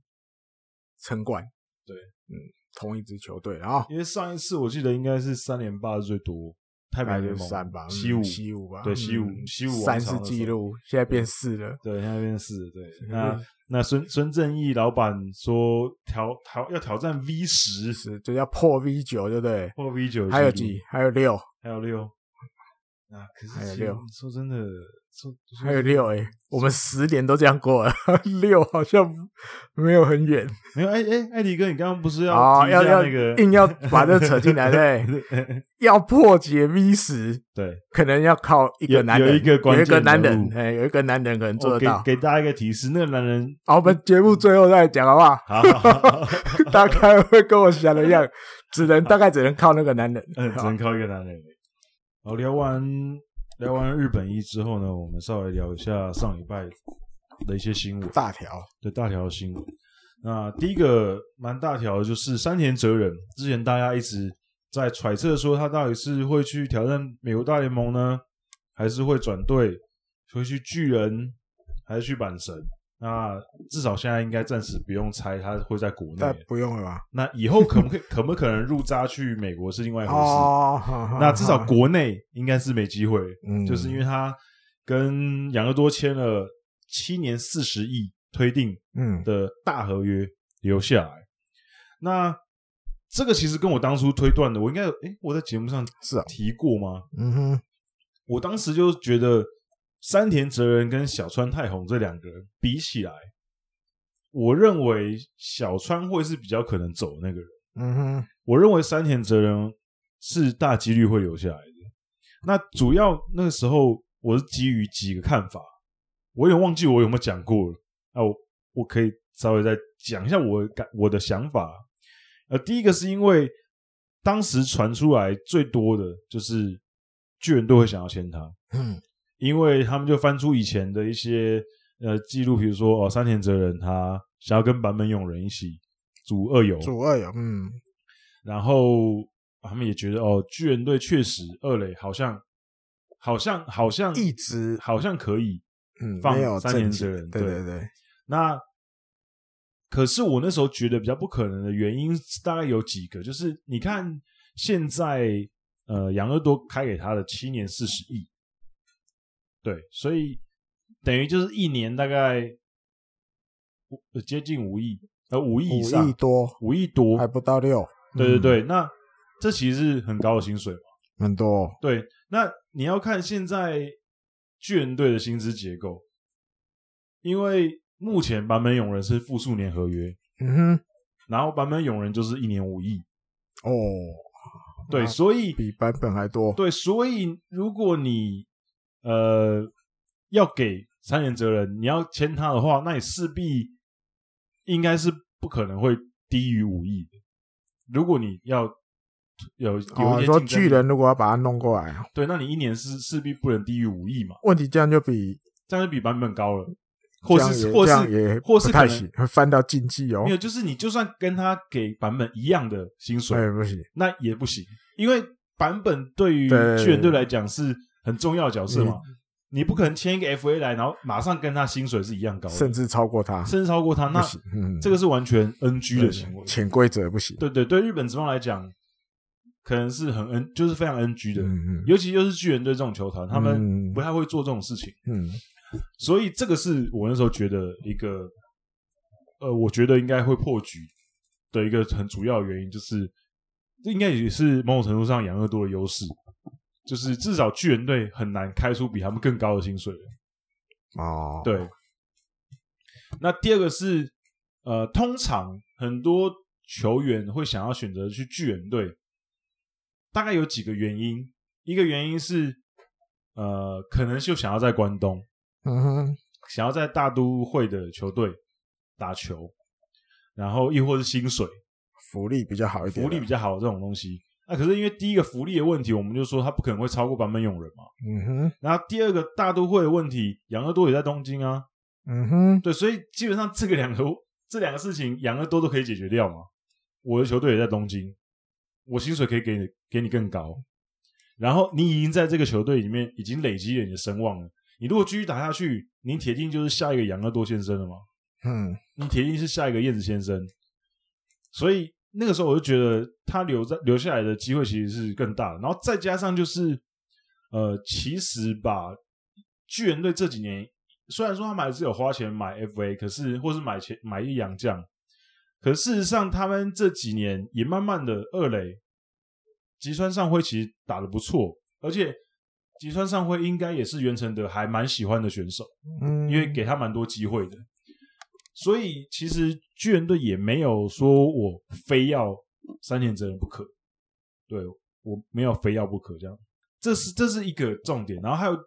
称冠，
对，
嗯，同一支球队，然后
因为上一次我记得应该是三连霸是最多，太平
大概
洋
就
联
是
盟
三吧，
西
嗯
武
西武吧，
对西武
嗯
西武
三
王朝
是
的时候
纪录，现在变四了，
对，那边是对。那
嗯
那孙孙正义老板说挑挑要挑战 V 十
是就要破 V 九，对不对？
或 V 九，
还有几？？还有六，
还有六。啊，可是
还有
其实
六
说真的，说
还有六，哎，我们十年都这样过了， 六好像没有很远
没有，哎哎，艾迪哥，你刚刚不是要
啊，
提一下
要要
那个
硬要把这扯进 来，对，要破解 V 十。
对，
可能要靠一个
有
男人，
有一个关键人物
男人，哎，有一个男人可能做
我
得
给
到。
给大家一个提示，那个男 人，
好，我们节目最后再讲好 不好？
好好好， 好
大概会跟我想的一样，只能大概只能靠那个男人。
嗯，只能靠一个男人。好，聊完聊完日本一之后呢，我们稍微聊一下上礼拜的一些新闻。
大条，
对大条新闻。那第一个蛮大条的就是山田哲人，之前大家一直在揣测说他到底是会去挑战美国大联盟呢，还是会转队，会去巨人，还是去阪神？那至少现在应该暂时不用猜他会在国内
但。不用了吧？
那以后可不可以可不可能入扎去美国哎是另外一回事。
哦，好好
那至少
好
国内应该是没机会，
嗯
就是因为他跟养乐多签了七年四十亿推定，
嗯，
的大合约留下来。那这个其实跟我当初推断的，我应该有诶，我在节目上
是啊
提过吗？
嗯哼，
我当时就觉得山田哲人跟小川太宏这两个人比起来，我认为小川会是比较可能走的那个人。
嗯哼，
我认为山田哲人是大几率会留下来的。那主要那个时候我是基于几个看法，我有点忘记我有没有讲过了。啊，我我可以稍微再讲一下我的感我的想法。呃，第一个是因为当时传出来最多的就是巨人队会想要签他，
嗯
因为他们就翻出以前的一些呃记录，比如说哦山田哲人他想要跟坂本勇人一起组二游，
主二有，嗯
然后他们也觉得哦，巨人队确实二垒好像好像好像
一直
好像可以。
嗯，
放
没有
三年
正
之
经
人
对
对
对对，
那可是我那时候觉得比较不可能的原因大概有几个，就是你看现在呃养乐多开给他的七年四十亿，对，所以等于就是一年大概五呃接近五亿呃五亿以
五
上
亿多，
五亿多，
还不到六，
对对
嗯，
对，那这其实是很高的薪水。
很多，
对，那你要看现在巨人队的薪资结构，因为目前版本勇人是复数年合约，
嗯
然后版本勇人就是一年五亿，
哼，哦，
对，
啊
所以
比版本还多，
对，所以如果你呃要给三年责人，你要签他的话，那你势必应该是不可能会低于五亿的。如果你要有有一些
哦，
竞
你说
争力
巨人如果要把它弄过来啊，
对，那你一年是势必不能低于五亿嘛。
问题这样就比
这样就比版本高了，或是
这样也
或
这样
是
也
或是可
不太
能
行，会翻到禁忌哦
没。有，就是你就算跟他给版本一样的薪水，
哎，不行，
那也不行，因为版本对于
对嗯
巨人队来讲是很重要的角色嘛，你不可能签一个 FA 来，然后马上跟他薪水是一样高的，
甚至超过他，
甚至超过他，
不
那
行。嗯，
这个是完全 NG 的行为。
潜规则不行。
对对对，日本职棒来讲，可能是很 N，就是非常 NG 的，
嗯嗯
尤其就是巨人队这种球团，他们
嗯
不太会做这种事情。
嗯，
所以这个是我那时候觉得一个，呃，我觉得应该会破局的一个很主要的原因，就是这应该也是某种程度上养乐多的优势，就是至少巨人队很难开出比他们更高的薪水了。
哦，，
对。那第二个是，呃，通常很多球员会想要选择去巨人队，大概有几个原因，一个原因是，呃，可能就想要在关东。
嗯哼，
想要在大都会的球队打球，然后亦或是薪水
福利比较好一点，
福利比，较好这种东西。那、可是因为第一个福利的问题，我们就说他不可能会超过版本勇人嘛。
嗯哼，
然后第二个大都会的问题，养乐多也在东京啊，
嗯哼，
对，所以基本上这个两个这两个事情，养乐多都可以解决掉嘛。我的球队也在东京，我薪水可以给你给你更高，然后你已经在这个球队里面已经累积了你的声望了。你如果继续打下去，你铁定就是下一个杨乐多先生了嘛，
嗯，
你铁定是下一个燕子先生。所以那个时候我就觉得他留在留下来的机会其实是更大的，然后再加上就是呃，其实吧，巨人队这几年虽然说他们还是有花钱买 FA，可是或是买钱买一洋将，可事实上他们这几年也慢慢的二垒吉川上辉其实打的不错，而且吉川上辉应该也是袁成德还蛮喜欢的选手。
嗯
因为给他蛮多机会的。所以其实巨人队也没有说我非要三田哲人不可，对我没有非要不可这样，这是这是一个重点。然后还有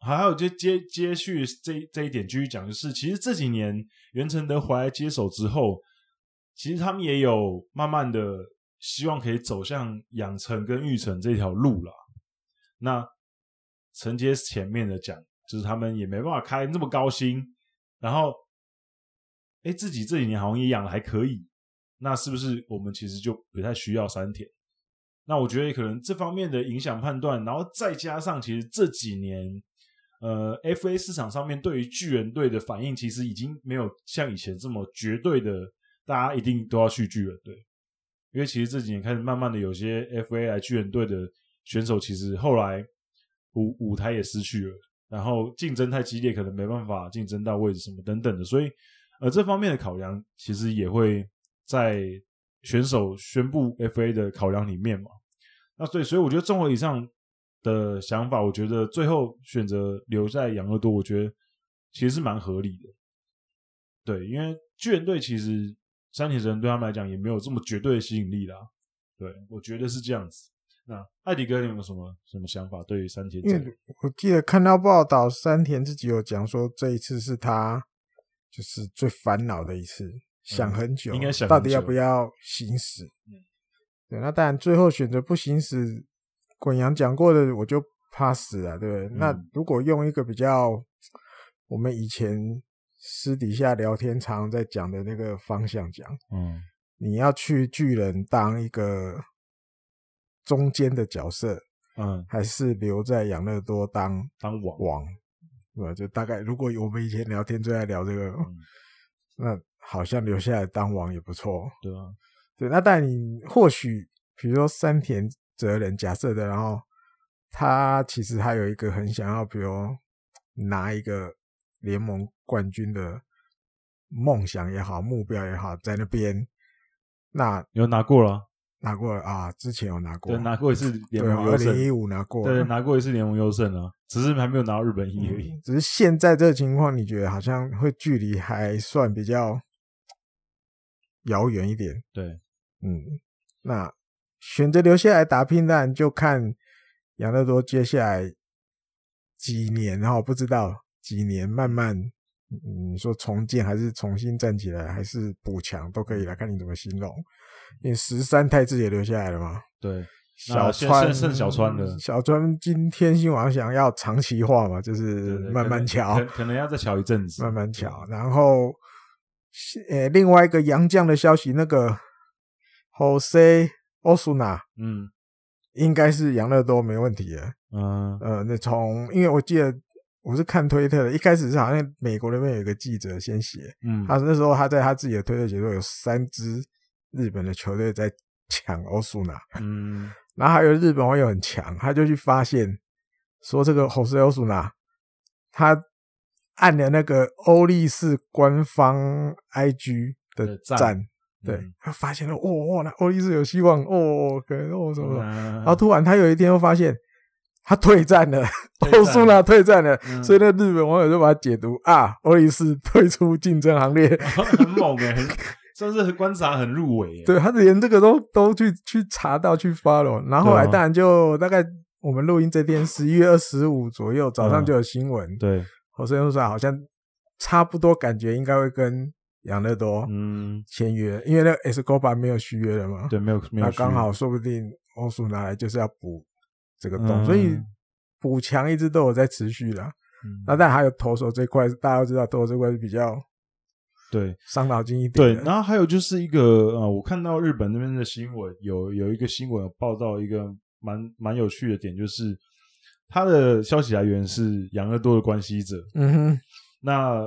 还有就接接续这这一点继续讲，就是其实这几年袁成德回来接手之后，其实他们也有慢慢的希望可以走向养成跟育成这条路啦。那承接前面的讲，就是他们也没办法开那么高薪，然后，哎，自己这几年好像也养的还可以，那是不是我们其实就不太需要山田？那我觉得可能这方面的影响判断，然后再加上其实这几年，呃，FA 市场上面对于巨人队的反应，其实已经没有像以前这么绝对的，大家一定都要去巨人队，因为其实这几年开始慢慢的有些 FA 来巨人队的选手，其实后来舞舞台也失去了，然后竞争太激烈，可能没办法竞争到位置什么等等的，所以呃这方面的考量其实也会在选手宣布 FA 的考量里面嘛。那所以所以我觉得综合以上的想法，我觉得最后选择留在养乐多，我觉得其实是蛮合理的。对，因为巨人队其实山田人对他们来讲也没有这么绝对的吸引力啦。对，我觉得是这样子。那艾迪哥，你有没有什么什么想法对于山田哲
因
人？
为我记得看到报道，山田自己有讲说，这一次是他就是最烦恼的一次，想很
嗯
久，
应该想很久
到底要不要行使。对，那当然最后选择不行使，滚阳讲过的我就 pass 了，对不对？那
嗯
如果用一个比较我们以前私底下聊天常在讲的那个方向讲，
嗯
你要去巨人当一个中间的角色，
嗯，
还是留在养乐多当
当王，
网，对吧？就大概如果我们以前聊天最爱聊这个，
嗯
那好像留下来当网也不错。
对啊，
对，那但你或许比如说山田哲人假设的，然后他其实还有一个很想要，比如拿一个联盟冠军的梦想也好，目标也好，在那边。那
有拿过了啊，
拿过了啊，之前有拿过，
对，拿过一次联
对，啊
盟
二
优
零一
胜，
五拿过，
对，拿过一次联盟优胜啊，只是还没有拿到日本一而已。
嗯只是现在这个情况，你觉得好像会距离还算比较遥远一点。
对，
嗯，那选择留下来打拼，当然就看养乐多接下来几年，然后不知道几年慢慢，嗯，你说重建还是重新站起来，还是补强都可以来看你怎么形容。因为十三太子也留下来了嘛，
对，
小
那现在
川
呃剩小川了
小川今天新王想要长期化嘛，就
对
是
对
慢慢瞧
可，能可可能要再瞧一阵子，
慢慢瞧。然后，呃，另外一个洋将的消息，那个 Jose Osuna
嗯
应该是杨乐多没问题的。
嗯
呃，那从因为我记得我是看推特的，一开始是好像美国那边有一个记者先写，
嗯，
他那时候他在他自己的推特写说有三支日本的球队在抢 Osuna，
嗯
然后还有日本网友很强，他就去发现说这个 Jose Osuna 他按了那个欧力士官方 IG 的
的赞
赞，对
嗯，
他发现了哦哦，那欧力士有希望哦，可能哦什么什么，
嗯
然后突然他有一天又发现他退战了，
退
欧
战
苏纳退战了，
嗯
所以那日本网友就把它解读啊，欧力士退出竞争行列，
很猛哎，很算是观察很入围欸，
对他连这个都都去去查到去 follow，然后后来
对啊
当然就大概我们录音这天十一月二十五左右早上就有新闻，
嗯对，
侯生又说好像差不多感觉应该会跟养乐多
嗯
签约，因为那个 Escobar 没有续约了嘛，
对，没有没有
那
去
刚好说不定欧叔拿来就是要补这个洞，
嗯
所以补强一直都有在持续啦。
嗯
那但还有投手这块，大家都知道投手这块是比较
对
伤脑筋一
对
点。，
然后还有就是一个呃，我看到日本那边的新闻，有有一个新闻有报道一个蛮蛮有趣的点，就是他的消息来源是养乐多的关系者，
嗯哼，
那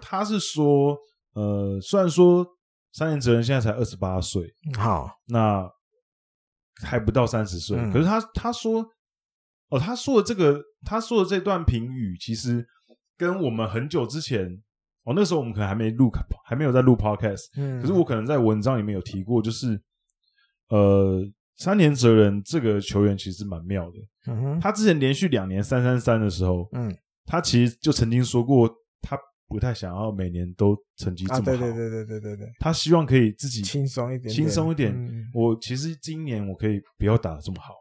他是说，呃，虽然说三年哲人现在才二十八岁，
好，
那还不到三十岁，
嗯
可是他他说，哦，他说的这个，他说的这段评语，其实跟我们很久之前，哦，那时候我们可能还没录，还没有在录 podcast，
嗯，
可是我可能在文章里面有提过，就是，呃，三年哲人这个球员其实蛮妙的，
嗯哼，
他之前连续两年三三三的时候，
嗯
他其实就曾经说过，他不太想要每年都成绩这么
啊，
好，
对对对对对对对，
他希望可以自己
轻松一点点，
轻松一点。
嗯
我其实今年我可以不要打得这么好，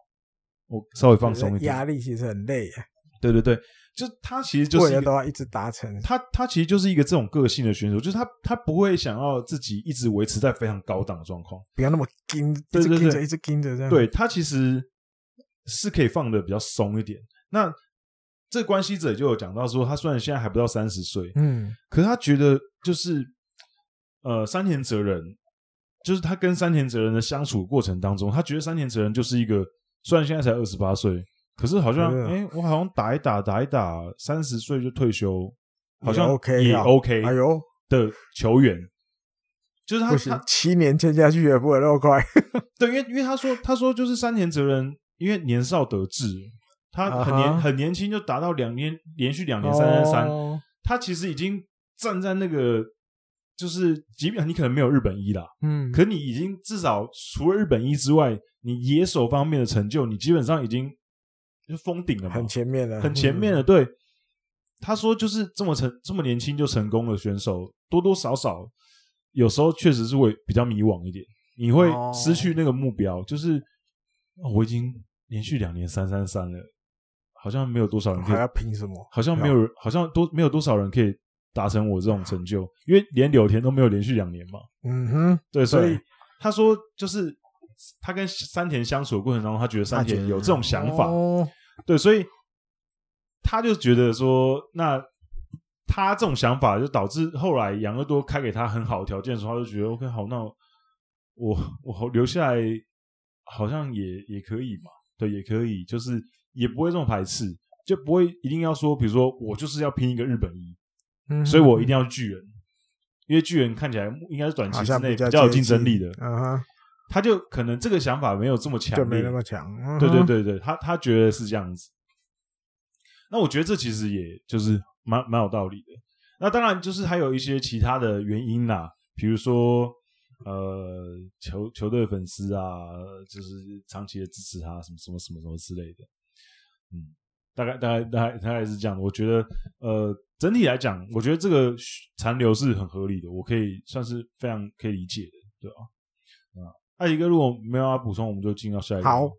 我稍微放松一
压
点。
力其实很累耶，啊
对对对，就他其实就是
为
一
了
个
都要一直达成。
他他其实就是一个这种个性的选手，就是他他不会想要自己一直维持在非常高档的状况。
不要那么盯，一
对
直
对
盯
对
着，一直盯着这样。
对他其实是可以放的比较松一点。那这关系者就有讲到说，他虽然现在还不到三十岁，
嗯，
可是他觉得就是呃，山田哲人，就是他跟山田哲人的相处过程当中，他觉得山田哲人就是一个虽然现在才二十八岁，可是好像
对啊
哎、诶我好像打一打打一打，三十岁就退休，好像
也 OK
也
啊
OK
哎呦，
的球员。就是他
不行
他，
七年签下去也不会那么快。
对，因为因为他说他说就是山田哲人，因为年少得志，他很
啊
年、
哈
很年轻就达到两年连续两年三三三，
哦
他其实已经站在那个，就是即便你可能没有日本一啦，
嗯，
可你已经至少除了日本一之外，你野手方面的成就，你基本上已经就封顶了嘛，
很前面了，
很前面
嗯。
了。对，他说就是这么成这么年轻就成功的选手，多多少少有时候确实是会比较迷惘一点，你会
哦
失去那个目标，就是、哦我已经连续两年三三三了，好像没有多少人可以
嗯还要拼什么？
好像没有人，好像多没有多少人可以达成我这种成就，因为连柳田都没有连续两年嘛。
嗯哼，
对，所以
对
他说就是他跟山田相处的过程当中，他觉得山田有这种想法，
哦
对，所以他就觉得说，那他这种想法就导致后来养乐多开给他很好的条件的时候，他就觉得 OK，好，那我我留下来好像也也可以嘛，对，也可以，就是也不会这么排斥，就不会一定要说，比如说我就是要拼一个日本一，
嗯哼
所以我一定要巨人，因为巨人看起来应该是短期
好
之
像
内
较
比较有
接
竞争
近
力的，
嗯哼，
他就可能这个想法没有这么强
就
烈，
没那么强。嗯哼
对对，对对，他他觉得是这样子。那我觉得这其实也就是蛮蛮有道理的。那当然就是还有一些其他的原因啦，比如说呃球球队粉丝啊，就是长期的支持他什么什么什么什么之类的。嗯，大概大概大概大概是这样的。我觉得呃整体来讲，我觉得这个残留是很合理的，我可以算是非常可以理解的，对吧、啊？艾迪哥如果没有要补充，我们就进到下一个。
好。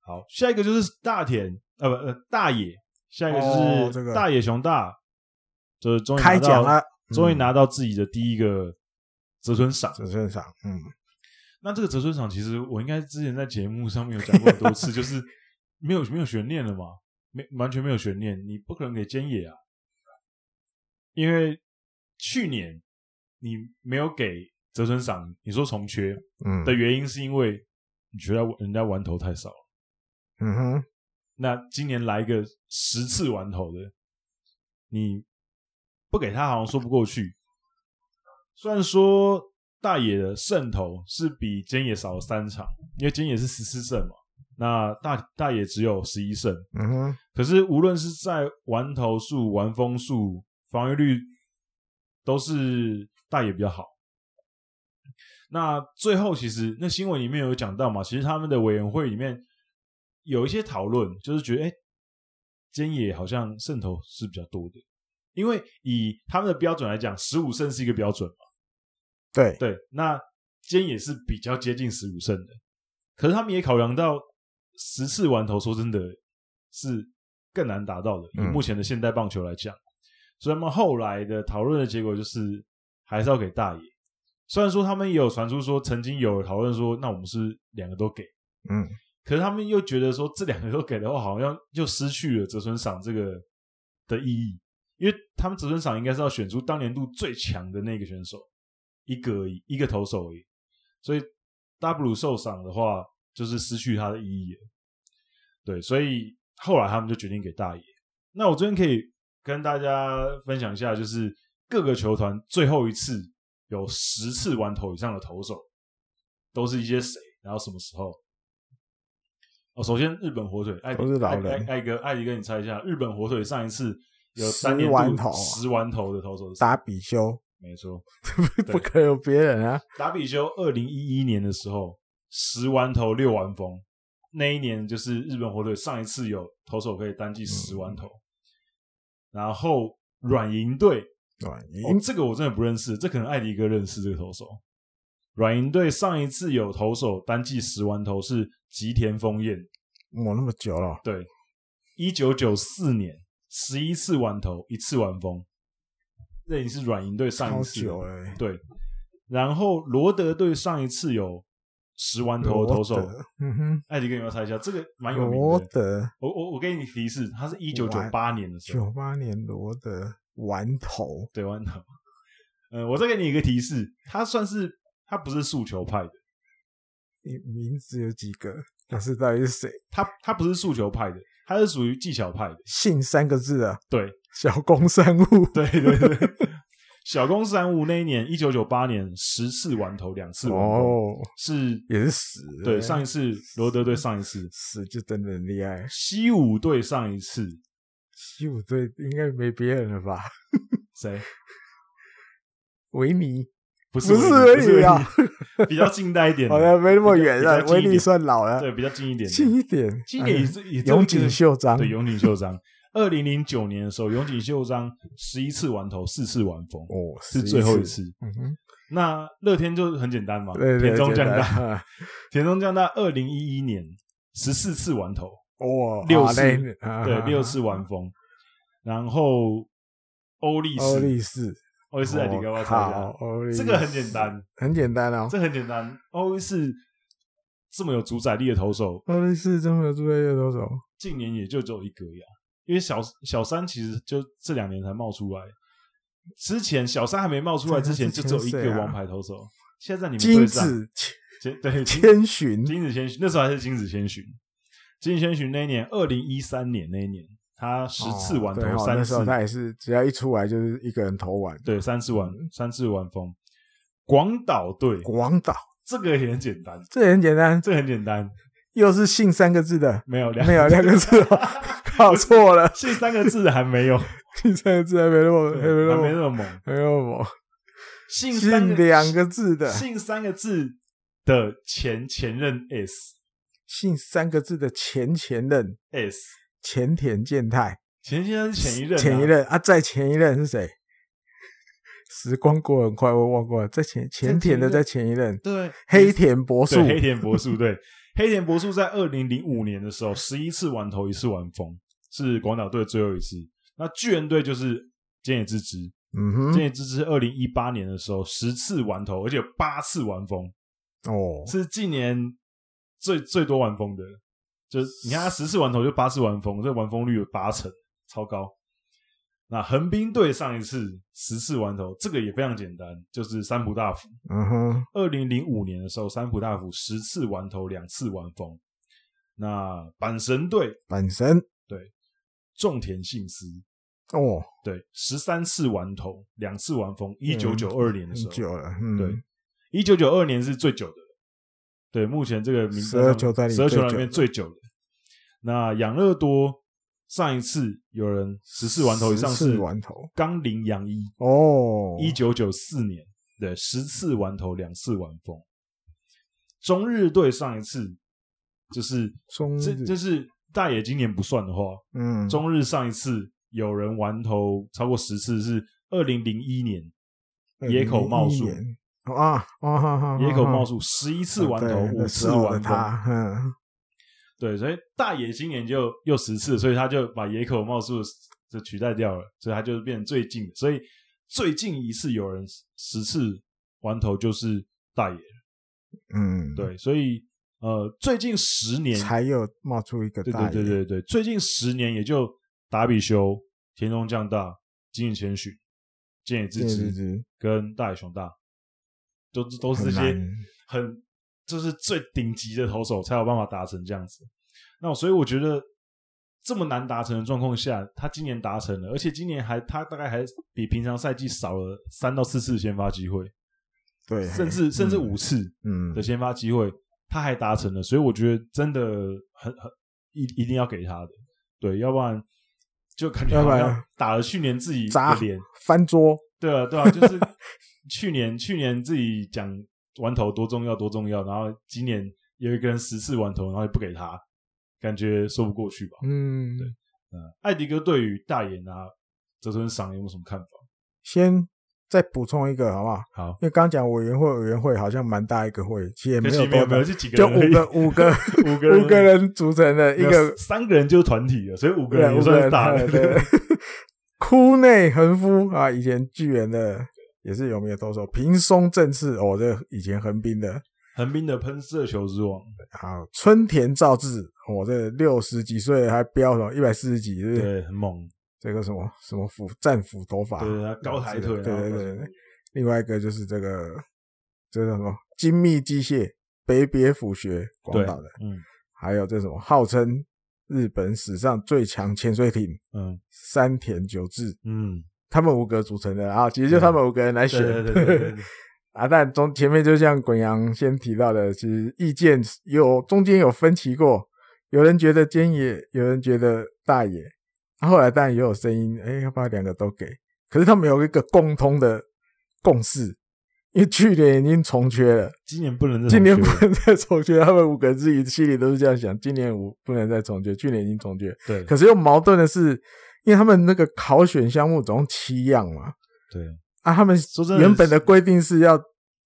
好，下一个就是大田，呃不呃大野，下一个
哦
就
这
是
个
大野熊大，这终于拿
开
到
奖了，
终于
嗯
拿到自己的第一个折村赏。
只剩上嗯，
那这个折村赏其实我应该之前在节目上面有讲过很多次， 就是没有没有悬念了嘛，没完全没有悬念，你不可能给菅野啊，因为去年你没有给折村赏，你说重缺
嗯
的原因是因为你觉得人家玩头太少。
嗯哼，
那今年来一个十次完头的，你不给他好像说不过去。虽然说大野的胜投是比菅野少了三场，因为菅野是十四胜嘛，那大大野只有十一胜。
嗯哼，
可是无论是在完投数、完封数、防御率，都是大野比较好。那最后其实那新闻里面有讲到嘛，其实他们的委员会里面有一些讨论，就是觉得哎，菅、野好像胜投是比较多的，因为以他们的标准来讲，十五胜是一个标准嘛。
对，
对，那菅野是比较接近十五胜的，可是他们也考量到十次完投，说真的是更难达到的。以
嗯
目前的现代棒球来讲，所以他们后来的讨论的结果就是还是要给大野。虽然说他们也有传出说曾经有讨论说，那我们是两个都给，
嗯，
可是他们又觉得说这两个都给的话，好像又失去了折损赏这个的意义，因为他们职尊赏应该是要选出当年度最强的那个选手，一个而已一个投手而已，所以大布鲁受伤的话，就是失去他的意义了。对，所以后来他们就决定给大爷。那我这边可以跟大家分享一下，就是各个球团最后一次有十次完投以上的投手，都是一些谁，然后什么时候？哦，首先日本火腿，艾迪
都是老人
艾艾艾哥，艾迪哥，你猜一下，日本火腿上一次有
十
三年
完
度
投啊
十完投的投手是谁？
打比修，
没错，
不可能有别人啊。
达比修二零一一年的时候，十完投六完封，那一年就是日本火腿上一次有投手可以
嗯
单季十完投。然后软银队，
软
哦
银，
这个我真的不认识，这可能艾迪哥认识这个投手。软银队上一次有投手单季十完投是吉田丰彦，
我那么久了，
对，一九九四年十一次完投，一次完封，这已经是软银队上
超
一次
久
了。
了欸。
对，然后罗德队上一次有十完投的投手
罗，德嗯哼，
艾迪哥，你要猜一下，这个蛮有名
罗
的。
德
我我我给你提示，他是一九九八年的时候
九八年罗德完头，
对完投。呃，我再给你一个提示，他算是他不是速球派的，
你名字有几个？但是到底是谁？
他他不是速球派的，他是属于技巧派的。
姓三个字啊，
对
小工商务。
对对对， 小宫三五那一年，一九九八年十次完投，两次完投、
哦，
是
也是死了。
对上一次罗德队上一次，
死就真的很厉害。
西武队上一次
西武队应该没别人了吧？
谁？
维尼
不
不是维尼啊，
维尼 比较近代一点的，
好像没那么远
了
了，，维尼算老了，
对，比较近一点的，
近一点，
近一点也
哎呀
是也
永井秀章
对，永井秀章。二零零九年的时候，永井秀章十一次完投，四次完封，
哦，
是最后一
11
次。
嗯哼，
那乐天就很简单嘛，
对对，
田中
简
将
单
大，
啊
田中将大二零一一年十四次完投，
哇，
六
好啊
次
嘞，
对，六次
完，
完封。然后欧力
欧
士，
力士，哦
欧力士在里
我
高
靠
超，
欧力士
这个很简单，
很简单啊，
这很简单。欧力士这么有主宰力的投手，
欧力士中国队有多少？
近年也就只有一个呀，因为小小三其实就这两年才冒出来，之前小三还没冒出来之前就只有一个王牌投手，现在在你们
啊金
队上，
子
前对金
千寻，
金子千寻，那时候还是金子千寻，金子千寻那一年，二零一三年那一年，他十次完投、
哦对哦
三
那时
次
候，他也是只要一出来就是一个人投完，
对三次完三次完封。广岛队
广岛
这个也很简单，
这也很简单，
这个很简单，
又是姓三个字的，
没有两
没有两个字 哦，搞错了，
这三个字还 没有，
姓三个字还没那么
对
还没那
还没
么
那么猛，
还没那么猛，
姓三
姓
个
两个字的，
姓三个字的前前任 S
姓三个字的前前任
S
前田健太，
前先生是前一任、啊，
前一任啊，在前一任是谁？ 时光过得很快，我忘过了，在前前田的在前一任，
对
黑田博树
对，黑田博树对黑田博树在二零零五年的时候，十一次完投，一次完封，是广岛队最后一次。那巨人队就是菅野之之，
嗯
菅
哼，
野之之二零一八年的时候十次完投，而且有八次完封，
哦，
是近年最最多完封的。就是你看他十次完投就八次完封，这完封率有八成，超高。那横滨队上一次十次完投，这个也非常简单，就是三浦大辅。
嗯哼，
二零零五年的时候，三浦大辅十次完投，两次完封。那阪神队
本身
种田信司
哦，
对十三次完投，两次完封。一九九二年的
很
时候，
久了，嗯，
对，一九九二年是最久的，对，目前这个名单
12球团里
十二球
最
团里
久
面
的
最久的。那养乐多上一次有人十次完投以上
14
是
完投
冈林洋一，
哦，
一九九四年，对，十次完投，两次完封。中日队上一次就是
中日
这这是大野今年不算的话，
嗯
中日上一次有人完投超过十次是二零零一年，野口茂
2001
树，
年哦啊啊哈哈，
野口茂
树
树十一次完投，五次
完
完封。
他，嗯，
对，所以大野今年就又十次，所以他就把野口茂树就取代掉了，所以他就变成最近的。所以最近一次有人十次完投就是大野。
嗯，，
对，所以呃，最近十年，
才有冒出一个
对
大
对
爷，
对对对，最近十年也就达比修、田中将大、金井谦逊、菅野智
对
之
对对，
跟大野熊大，都是都是这
很
些
难
很就是最顶级的投手才有办法达成这样子。那我所以我觉得这么难达成的状况下，他今年达成了，而且今年还他大概还比平常赛季少了三到四次先发机会，
对，
甚至甚至
嗯
五次
嗯
的先发机会，他还达成了，所以我觉得真的很很一一定要给他的，对，要不然就感觉
要不
好
然
像打了去年自己
砸
的脸，
翻桌，
对啊，对啊，就是 去年去年自己讲玩头多重要多重要，然后今年有一个人十次玩头，然后也不给他，感觉说不过去吧。
嗯，
嗯，艾迪哥对于大眼啊泽村赏有没有什么看法？
先再补充一个好不好？
好，
因为刚讲委员会委员会好像蛮大一个会，其实也
可
没
惜
有
没有
多
没有，
大，
就几个
就
人
五
而已，
个五个
五个人
五个人组成的一
没有
个
三个人就是团体了，所以五个
对
人也
五
算
个
是
人
大的。
对对。 对哭内横夫啊，以前巨人的也是有名的投手，平松正次哦，这个以前横滨的，
横滨的喷射球之 王，
啊，春田照志，我、这六十几岁还飙什么一百四十几，是不是？
对，很猛，
这个什么什么斧战斧头法，啊
对他高抬腿，
对
然后
对对对对。另外一个就是这个，这个叫什么精密机械北别府学广
对
岛的，，
嗯
还有这什么号称日本史上最强潜水艇
嗯
山田久志，
嗯，
他们五个组成的啊，其实就
对
他们五个人来选
对对对对对对，
啊，但中前面就像滚阳先提到的，其实意见有中间有分歧过，有人觉得菅野，有人觉得大野，啊、后来当然也有声音，哎，要把两个都给，可是他们有一个共通的共识，因为去年已经重缺了，
今年不能再
今年
重
不
缺了
能再重缺，他们五个自己心里都是这样想，今年五不能再重缺，去年已经重缺，
对
可是又矛盾的是，因为他们那个考选项目总共七样嘛，
对，
啊，他们
说真的
原本的规定是要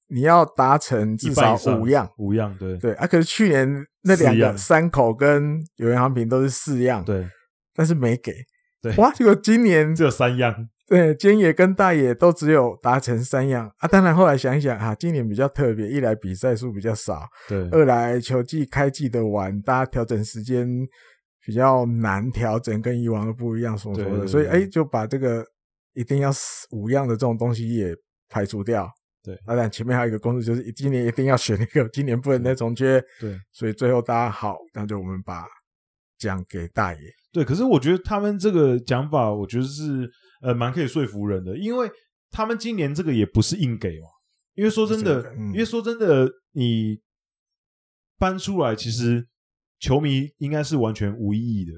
你要达成至
一半
少
以上
五样，
五样，对
对啊。可是去年那两
四
个
样
山口跟有源航平都是四样，，
对，
但是没给。
对
哇，结果今年
只有三样，
对菅野跟大野都只有达成三样啊。当然后来想一想啊，今年比较特别，一来比赛数比较少，
对
二来球季开季的晚，大家调整时间比较难调整，跟以往都不一样，什么什么
对
的，
对对
所以哎，就把这个一定要四五样的这种东西也排除掉。
对
当然前面还有一个公式，就是今年一定要选一个，今年不能再重缺，
对
所以最后大家好，那就我们把奖给大爷。
对。可是我觉得他们这个讲法，我觉得是呃蛮可以说服人的，因为他们今年这个也不是硬给嘛，因为说真
不是
的
硬给，嗯
因为说真的，你搬出来其实球迷应该是完全无意义的。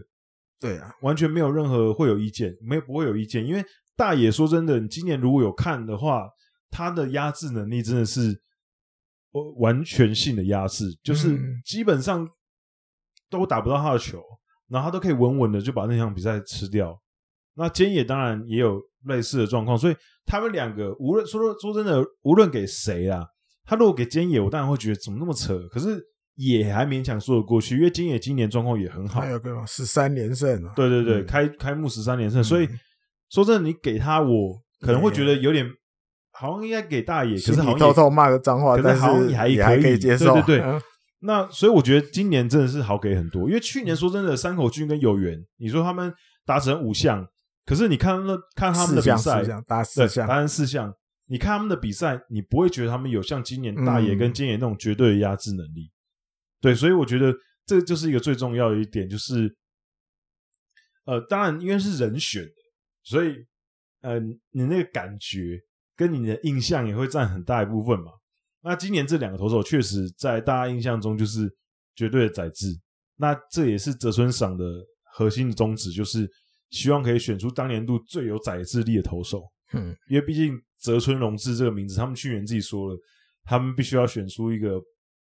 对啊，
完全没有任何会有意见，没有不会有意见，因为大野说真的，你今年如果有看的话，他的压制能力真的是呃完全性的压制，就是
嗯
基本上都打不到他的球，然后他都可以稳稳的就把那场比赛吃掉。那菅野当然也有类似的状况，所以他们两个无论说说真的，无论给谁啦，他如果给菅野，我当然会觉得怎么那么扯，可是也还勉强说得过去，因为菅野今年状况也很好
还，有个十三连胜啊，
对对对，
嗯
开开幕十三连胜，
嗯
所以说真的，你给他我可能会觉得有点，好像应该给大野，可
心
是
里
好
偷
像也
偷骂个脏话，
可是
但
好像
也
也还
还
可以
以接受。
对对对
嗯
那所以我觉得今年真的是好给很多，因为去年说真的，山口俊跟有缘，你说他们达成五项，可是你看那看他们的比
四项
赛
四，项打四
对，
项
达，成四项，你看他们的比赛，你不会觉得他们有像今年大野
嗯
跟菅野那种绝对的压制能力。对，所以我觉得这就是一个最重要的一点，就是呃，当然因为是人选的，所以呃，你那个感觉跟你的印象也会占很大一部分嘛。那今年这两个投手确实在大家印象中就是绝对的宰制，那这也是泽村赏的核心的宗旨，就是希望可以选出当年度最有宰制力的投手。
嗯，
因为毕竟泽村荣治这个名字，他们去年自己说了，他们必须要选出一个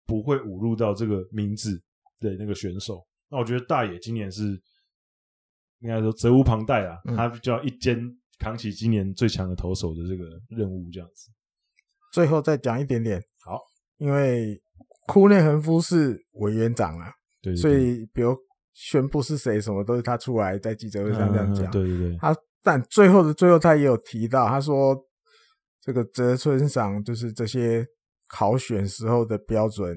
不会侮辱到这个名字的那个选手。那我觉得大野今年是应该说责无旁贷啊，
嗯
他就要一肩扛起今年最强的投手的这个任务，这样子。
最后再讲一点点。
好，
因为库内恒夫是委员长啊，
对对
所以比如宣布是谁，什么都是他出来在记者会
对
上这样
嗯
讲。
对对对，
他但最后的最后，他也有提到，他说这个泽村赏就是这些考选时候的标准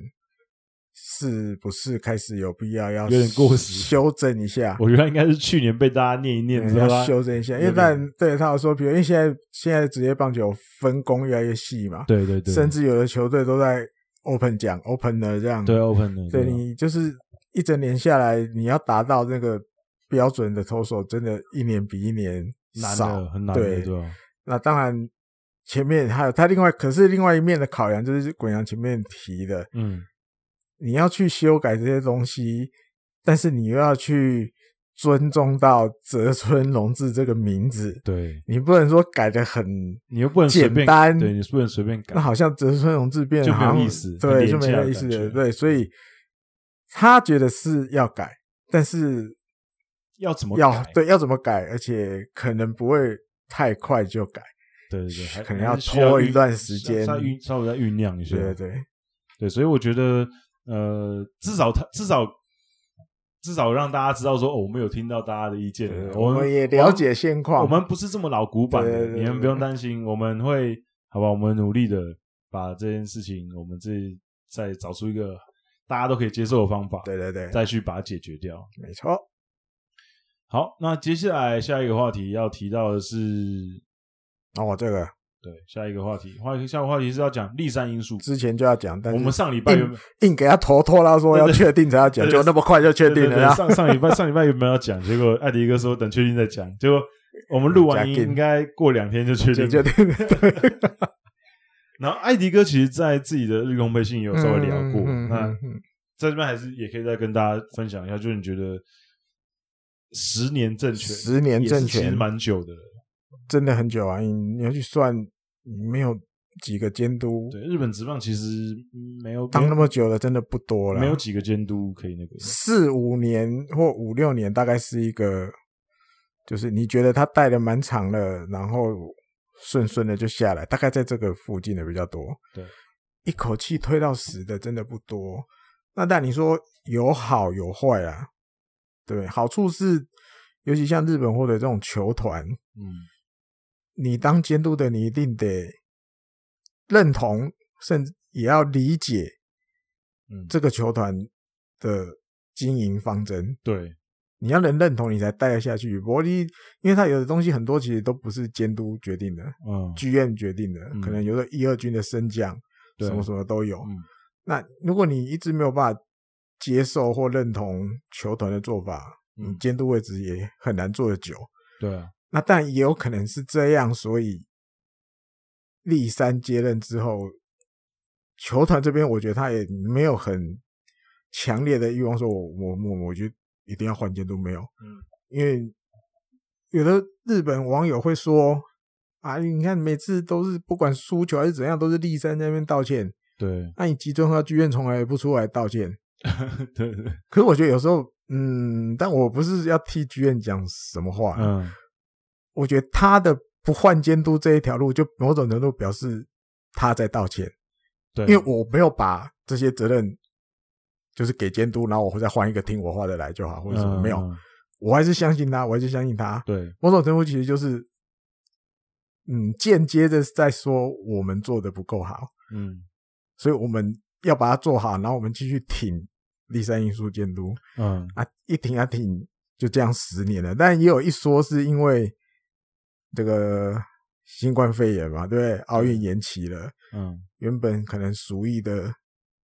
是不是开始有必要要
有点过时
修正一下？
我觉得应该是去年被大家念一念
嗯
之后，
要
他
修正一下，因为
对
但对他来说，比如因为现在现在职业棒球分工越来越细嘛，
对对对，
甚至有的球队都在 open 讲 open 的这样，
对 open 的，
对
啊
你就是一整年下来，你要达到那个标准的投手，真的一年比一年
难
少
的，很难的，
对，
对啊吧？
那当然，前面还有他另外，可是另外一面的考量就是滚阳前面提的，
嗯，
你要去修改这些东西，但是你又要去尊重到泽村隆治这个名字，
对，
你不能说改的很，
你又不能随
简
便
单
对你不能随便改
那，好像泽村隆治变得
就没有
好像
意思很
对，就
廉价
没有
的
意思
感
了，
觉嗯
对，所以他觉得是要改，但是
要怎么
要
改
对要怎么改，而且可能不会太快就改，
对对对，还
可能
还
要
是需要
拖一
酝
段时间
稍微稍微再酝酿一下，
对对对，
对，所以我觉得，呃，至少他至少至少让大家知道说，哦，我们有听到大家的意见，
对
我
我们也了解现况，
我们不是这么老古板的，
对对对
你们
对
不用担心，我们会好吧，我们努力的把这件事情，我们这再找出一个大家都可以接受的方法，
对对对，
再去把它解决掉。
没错。
好，那接下来下一个话题要提到的是，
哦，这个
对，下一个话题，话下一个话题是要讲立山因素。
之前就要讲，但
我
是
们上礼拜原本
硬给他头拖拉说要
对对
确定才要讲，
对
就那么快就确
对
定
对
了
对
呀。
上上礼拜上礼拜原本要讲，结果艾迪哥说等确定再讲，结果我们录完音
加劲
应该过两天就确
就
定。
确定了，对
然后艾迪哥其实，在自己的日空配信也有稍微聊过，
嗯嗯
那
嗯嗯
在这边还是也可以再跟大家分享一下，就是你觉得十年政权，
十年政
也是其实
权
蛮久的了。
真的很久啊，你你要去算，你没有几个监督，
对，日本职棒其实没有
当那么久了，真的不多了，
没有几个监督可以那个。
四五年或五六年，大概是一个，就是你觉得他带的蛮长了，然后顺顺的就下来，大概在这个附近的比较多。
对，
一口气推到十的真的不多。那但你说有好有坏啦，对，好处是，尤其像日本或者这种球团，
嗯，
你当监督的，你一定得认同，甚至也要理解
嗯
这个球团的经营方针。
对
你要能认同，你才带得下去。不过你，因为他有的东西很多其实都不是监督决定的，
嗯，
剧院决定的，
嗯
可能有的一二军的升降，
对
什么什么都有。
嗯
那如果你一直没有办法接受或认同球团的做法，
嗯
你监督位置也很难做得久。
对啊，
那但也有可能是这样，所以立三接任之后，球团这边我觉得他也没有很强烈的欲望说我，我我我就一定要换监督，没有，
嗯，
因为有的日本网友会说啊，你看每次都是不管输球还是怎样，都是立三在那边道歉，
对
那你集中和剧院从来也不出来道歉，
对对，
可是我觉得有时候，嗯，但我不是要替剧院讲什么话，
嗯，
我觉得他的不换监督这一条路，就某种程度表示他在道歉，
对，
因为我没有把这些责任就是给监督，然后我再换一个听我话的来就好，或者什么、
嗯
没有，
嗯
我还是相信他，我还是相信他。
对
某种程度其实就是，嗯，间接的在说我们做的不够好，
嗯
所以我们要把它做好，然后我们继续挺第三因素监督。
嗯
啊，一停啊停，就这样十年了。但也有一说是因为这个新冠肺炎嘛，对不对？奥运延期了，
嗯
原本可能鼠疫的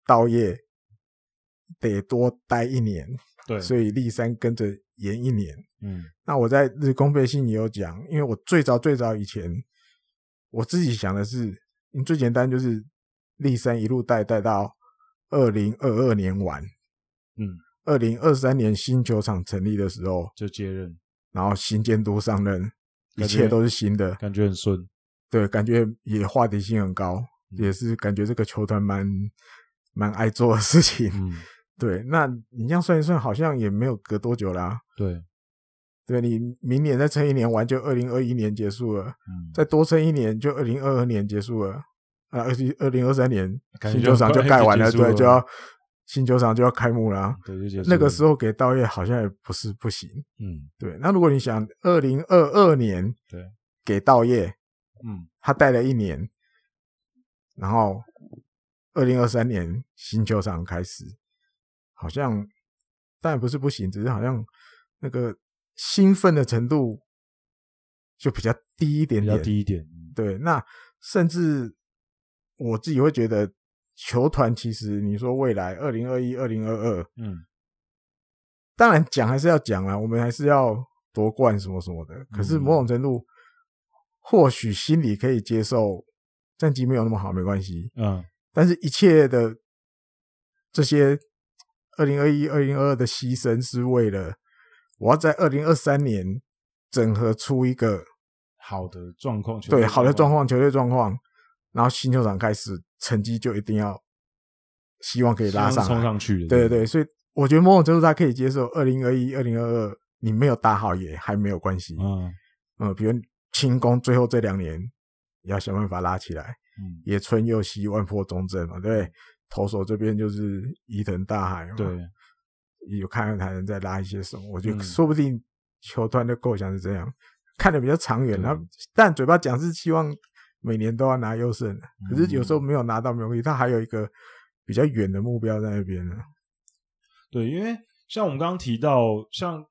道业得多待一年，
对，
所
以
以立三跟着延一年。
嗯
那我在日公费信也有讲，因为我最早最早以前，我自己想的是，你最简单就是立三一路带带到二零二二年完，
嗯，
二零二三年新球场成立的时候，
就接任，
然后新监督上任，
感觉
一切都是新的，
感觉很顺，
对，感觉也话题性很高，
嗯
也是感觉这个球团蛮蛮爱做的事情，
嗯，
对，那你这样算一算，好像也没有隔多久啦、
对，
嗯对你明年再撑一年完，就二零二一年结束了。
嗯，
再多撑一年，就二零二二年结束了。啊，二零二零二三年
感觉
新球场就盖完了，
就快
对，
就结束了嗯
就要新球场就要开幕了啊。
对，就结束
那个时
候，
候给道业好像也不是不行，
嗯
对。那如果你想二零二二年
对
给道业，
嗯，
他带了一年，然后二零二三年新球场开始，好像当然不是不行，只是好像那个兴奋的程度就比较低一点
比较
点。
低一点。嗯
对，那甚至我自己会觉得，球团其实你说未来二零二一、二零二二，
嗯，
当然讲还是要讲啦，我们还是要夺冠什么什么
嗯
的。可是某种程度，或许心里可以接受战绩没有那么好，没关系。
嗯，
但是一切的这些二零二一、二零二二的牺牲，是为了我要在二零二三年整合出一个
好的状况，球队
对好的状，况、球队状况，然后新球场开始，成绩就一定要希望可以拉
希望
上
是
来
冲。上去的。
对对对，所以我觉得某种程度他可以接受二零二一、二零二二你没有打好也还没有关系。
嗯
嗯，比如清宫最后这两年要想办法拉起来，
嗯，
野村佑希、万破中正嘛，对不对？投手这边就是伊藤大海嘛，
对，
有看看他能再拉一些什么，我觉
嗯
得说不定球团的构想是这样，看得比较长远。
对
然后但嘴巴讲是希望每年都要拿优胜，可是有时候
嗯
没有拿到没有关系，他还有一个比较远的目标在那边呢。
对，因为像我们刚刚提到，像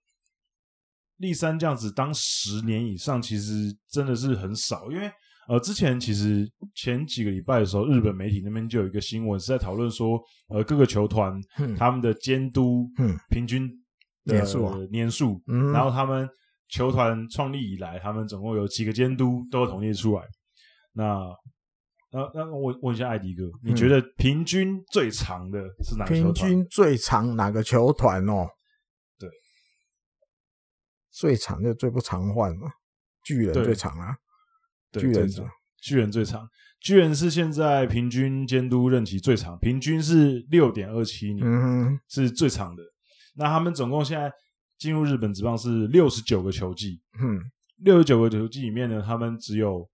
立三这样子当十年以上，其实真的是很少。因为呃，之前其实前几个礼拜的时候，日本媒体那边就有一个新闻是在讨论说，呃，各个球团
嗯
他们的监督
嗯
平均的
年数啊
年数，
嗯
然后他们球团创立以来，他们总共有几个监督都有统计出来。那那那我问一下艾迪哥，你
嗯
觉得平均最长的是哪个球团？
平均最长哪个球团哦？
对，
最长就最不常换嘛，巨人
对
最长啊，
对
巨人
最
是
长，巨人最长，巨人是现在平均监督任期最长，平均是六点二七年，
嗯
是最长的。那他们总共现在进入日本职棒是六十九个球季，
哼哼，
六十九个球季里面呢，他们只有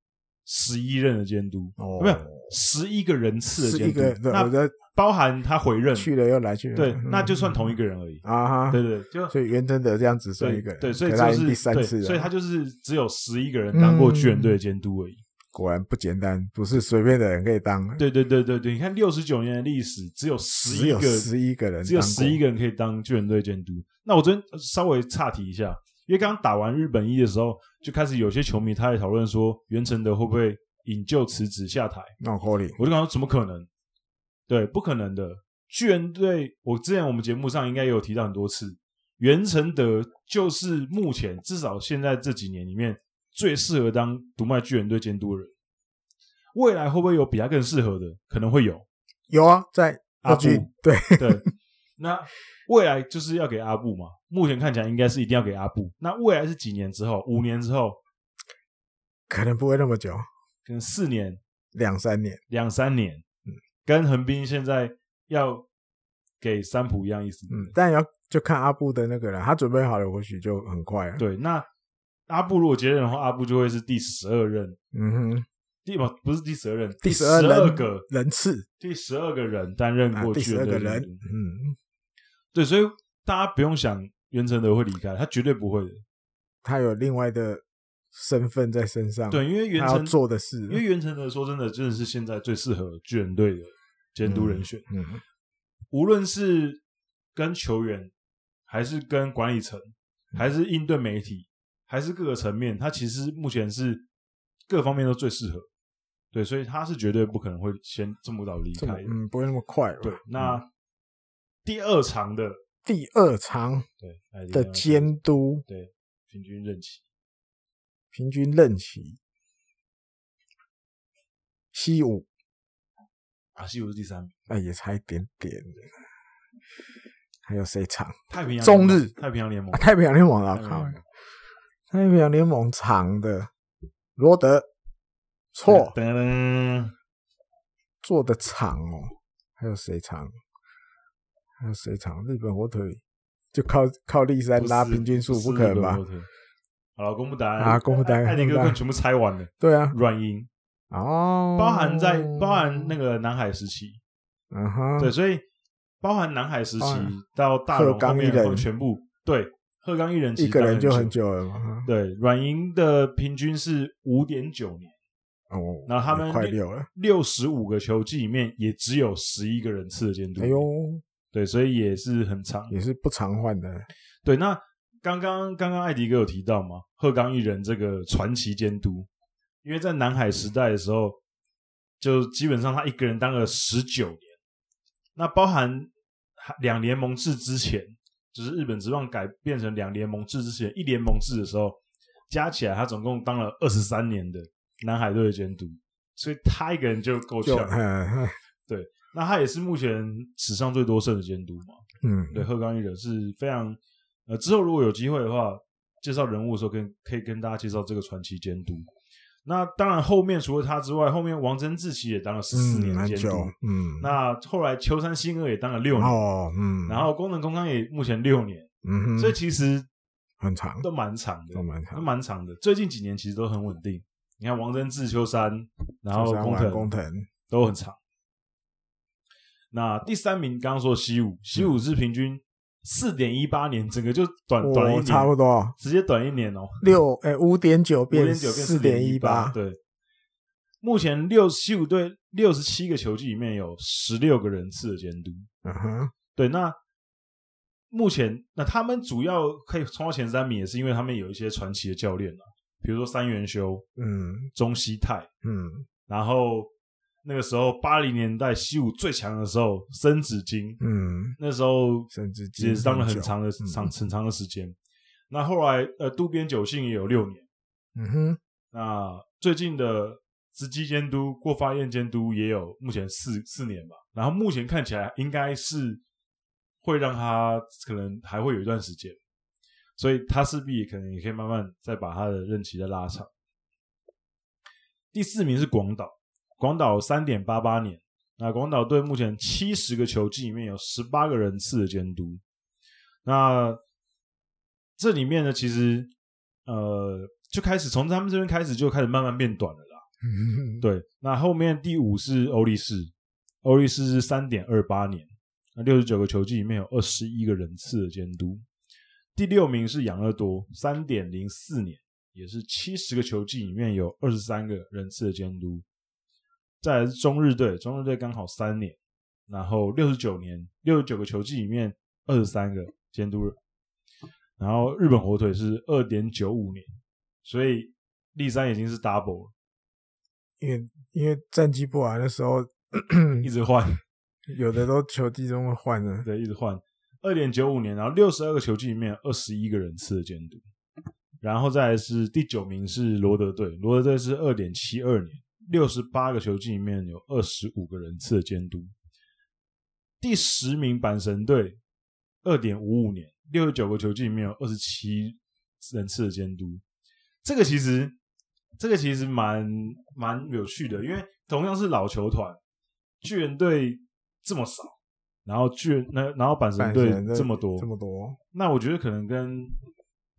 十一任的监督，
哦
没有十一个人次的
是
监
一
督
个，，对
那
我的
包含他回任，
去了又来去了，
对，
嗯
那就算同一个人而已。
啊哈，
对对，就
所以袁真德这样只剩
对
一个人，
对，所以
可
就
他已
是
经第三
对
次了，嗯
所以他就是只有十一个人当过巨人队的监督而已。
果然不简单，不是随便的人可以当，啊
对对对对对，你看六十九年的历史，只有十
只
一
有
个
十一个人，
只有十一，个人可以当巨人队监督。那我昨天呃稍微岔题一下，因为刚刚打完日本一的时候，就开始有些球迷他在讨论说袁成德会不会引咎辞职下台，
那我扣你，
我就想说怎么可能？对，不可能的。巨人队，我之前我们节目上应该也有提到很多次，袁成德就是目前至少现在这几年里面最适合当独卖巨人队监督的人。未来会不会有比他更适合的？可能会有，
有啊，在
阿
二
布
军，对，
对，那未来就是要给阿布嘛，目前看起来应该是一定要给阿布。那未来是几年之后？五年之后，
可能不会那么久，
可能四年、
两三年，
两三年，跟横滨现在要给三浦一样意思。
嗯，但要就看阿布的那个了，他准备好了，或许就很快了，，
对，那阿布如果接任的话，阿布就会是第十二任，
嗯哼，
第不不是第十二任，
第
十
十
二
二人
个
人次
第十二个人担任
啊
过，
第
去
十
的
二个
队监
人，
督
嗯，
对，所以大家不用想袁成德会离开，他绝对不会的。
他有另外的身份在身上，
对，因为袁
他要
成
做的事，
因为袁成德说真的，真的是现在最适合巨人队的监督人选，
嗯，
无论是跟球员，还是跟管理层，还是应对媒体，还是各个层面，他其实目前是各方面都最适合。对，所以他是绝对不可能会先这么早离
这么
开的。
嗯不会那么快吧，
对，那第二长的
第二场
对哎
的
第二长
监督
对平均任期，
平均任期西武，
阿西武是第三名，
那也差一点点。还有谁长
太平洋
中
联盟
日
太平洋联盟
啊？，太平洋联盟啊，
太平洋
靠
联！
太平洋联盟长的罗德错
噔噔噔，
做的长哦，还有谁长？还有谁长？日本火腿就靠靠立山拉
不是
平均数，
不
不
是
可
日
能
本
吧
火？腿？好了，公布答案
啊公布答案
艾迪
公布
哥
答案
跟全部猜完了，
对啊，
软银
哦，
包含在包含那个南海时期，
嗯哼，
对，所以包含南海时期
包含
到大龙
哦鹤冈
后面
一人
会全部对，鹤冈一人其
一
实
个
待
人就很
很。
久了嘛。
对，软银的平均是五点九年，
哦，
然后他们
也快六了，
六十五个球季里面也只有十一个人次的监督。
哎呦，
对，所以也是很长。
也是不常换的。
对，那刚刚刚刚艾迪哥有提到嘛，鹤冈一人这个传奇监督，因为在南海时代的时候，就基本上他一个人当了十九年，那包含两联盟制之前，就是日本职棒改变成两联盟制之前，一联盟制的时候，加起来他总共当了二十三年的南海队的监督，所以他一个人就够
就
呛。
嗯
那他也是目前史上最多胜的监督嘛，
嗯，
对，鹤冈一人是非常呃，之后如果有机会的话，介绍人物的时候跟可以跟大家介绍这个传奇监督。那当然，后面除了他之外，后面王贞治其实也当了十四年
嗯
的
很
监
久
督。，
嗯，
那后来秋山新二也当了六年，
哦，嗯，
然后功能工商也目前六年，
嗯哼，
所以嗯其实
很长，
都蛮长的
都，蛮
都
长。
蛮长的。最近几年其实都很稳定。你看王贞治、秋山，然后
山
工
完
藤、
工藤，
都很长。那第三名刚刚说西武，西武是平均四点一八年，整个就短短一
我
年，
差不多
直接短一年哦，
六哎五点九
五
变
点九变
四
四
点
点
一
一
八，
对，目前六西武队六十七个球季里面有十六个人次的监督，
嗯哼，
对，那目前那他们主要可以冲到前三名，也是因为他们有一些传奇的教练啊，比如说三元修、
嗯
中西泰，
嗯
然后那个时候八零年代西武最强的时候，森子金，
嗯，
那时候
甚至
也是当了很长的
久嗯
长很长的时间。那后来呃，渡边久信也有六年。
嗯哼，
那最近的直击监督、过发验监督也有，目前四四年吧。然后目前看起来应该是会让他可能还会有一段时间，所以他势必可能也可以慢慢再把他的任期再拉长。第四名是广岛，广岛三点八八年。那广岛队目前七十个球季里面有十八个人次的监督。那这里面呢，其实呃，就开始从他们这边开始就开始慢慢变短了啦。
嗯哼
对，那后面第五是欧力士，欧力士是三点二八年，那六十九个球季里面有二十一个人次的监督。第六名是养乐多，三点零四年，也是七十个球季里面有二十三个人次的监督。再来是中日队，中日队刚好三年，然后六十九年，六十九个球季里面二十三个监督人。然后日本火腿是二点九五年，所以立山已经是 double 了，
因为因为战绩不好的时候，
一直换。
有的都球季中会换的，
对，一直换。二点九五年，然后六十二个球季里面，二十一个人次的监督，然后再来是第九名是罗德队，罗德队是二点七二年，六十八个球季里面有二十五个人次的监督。第十名阪神队，二点五五年，六十九个球季里面有二十七人次的监督。这个其实，这个其实蛮蛮有趣的，因为同样是老球团，巨人队这么少，然后巨人那然后阪神
阪
队
神的
这么多，
这么多，
那我觉得可能跟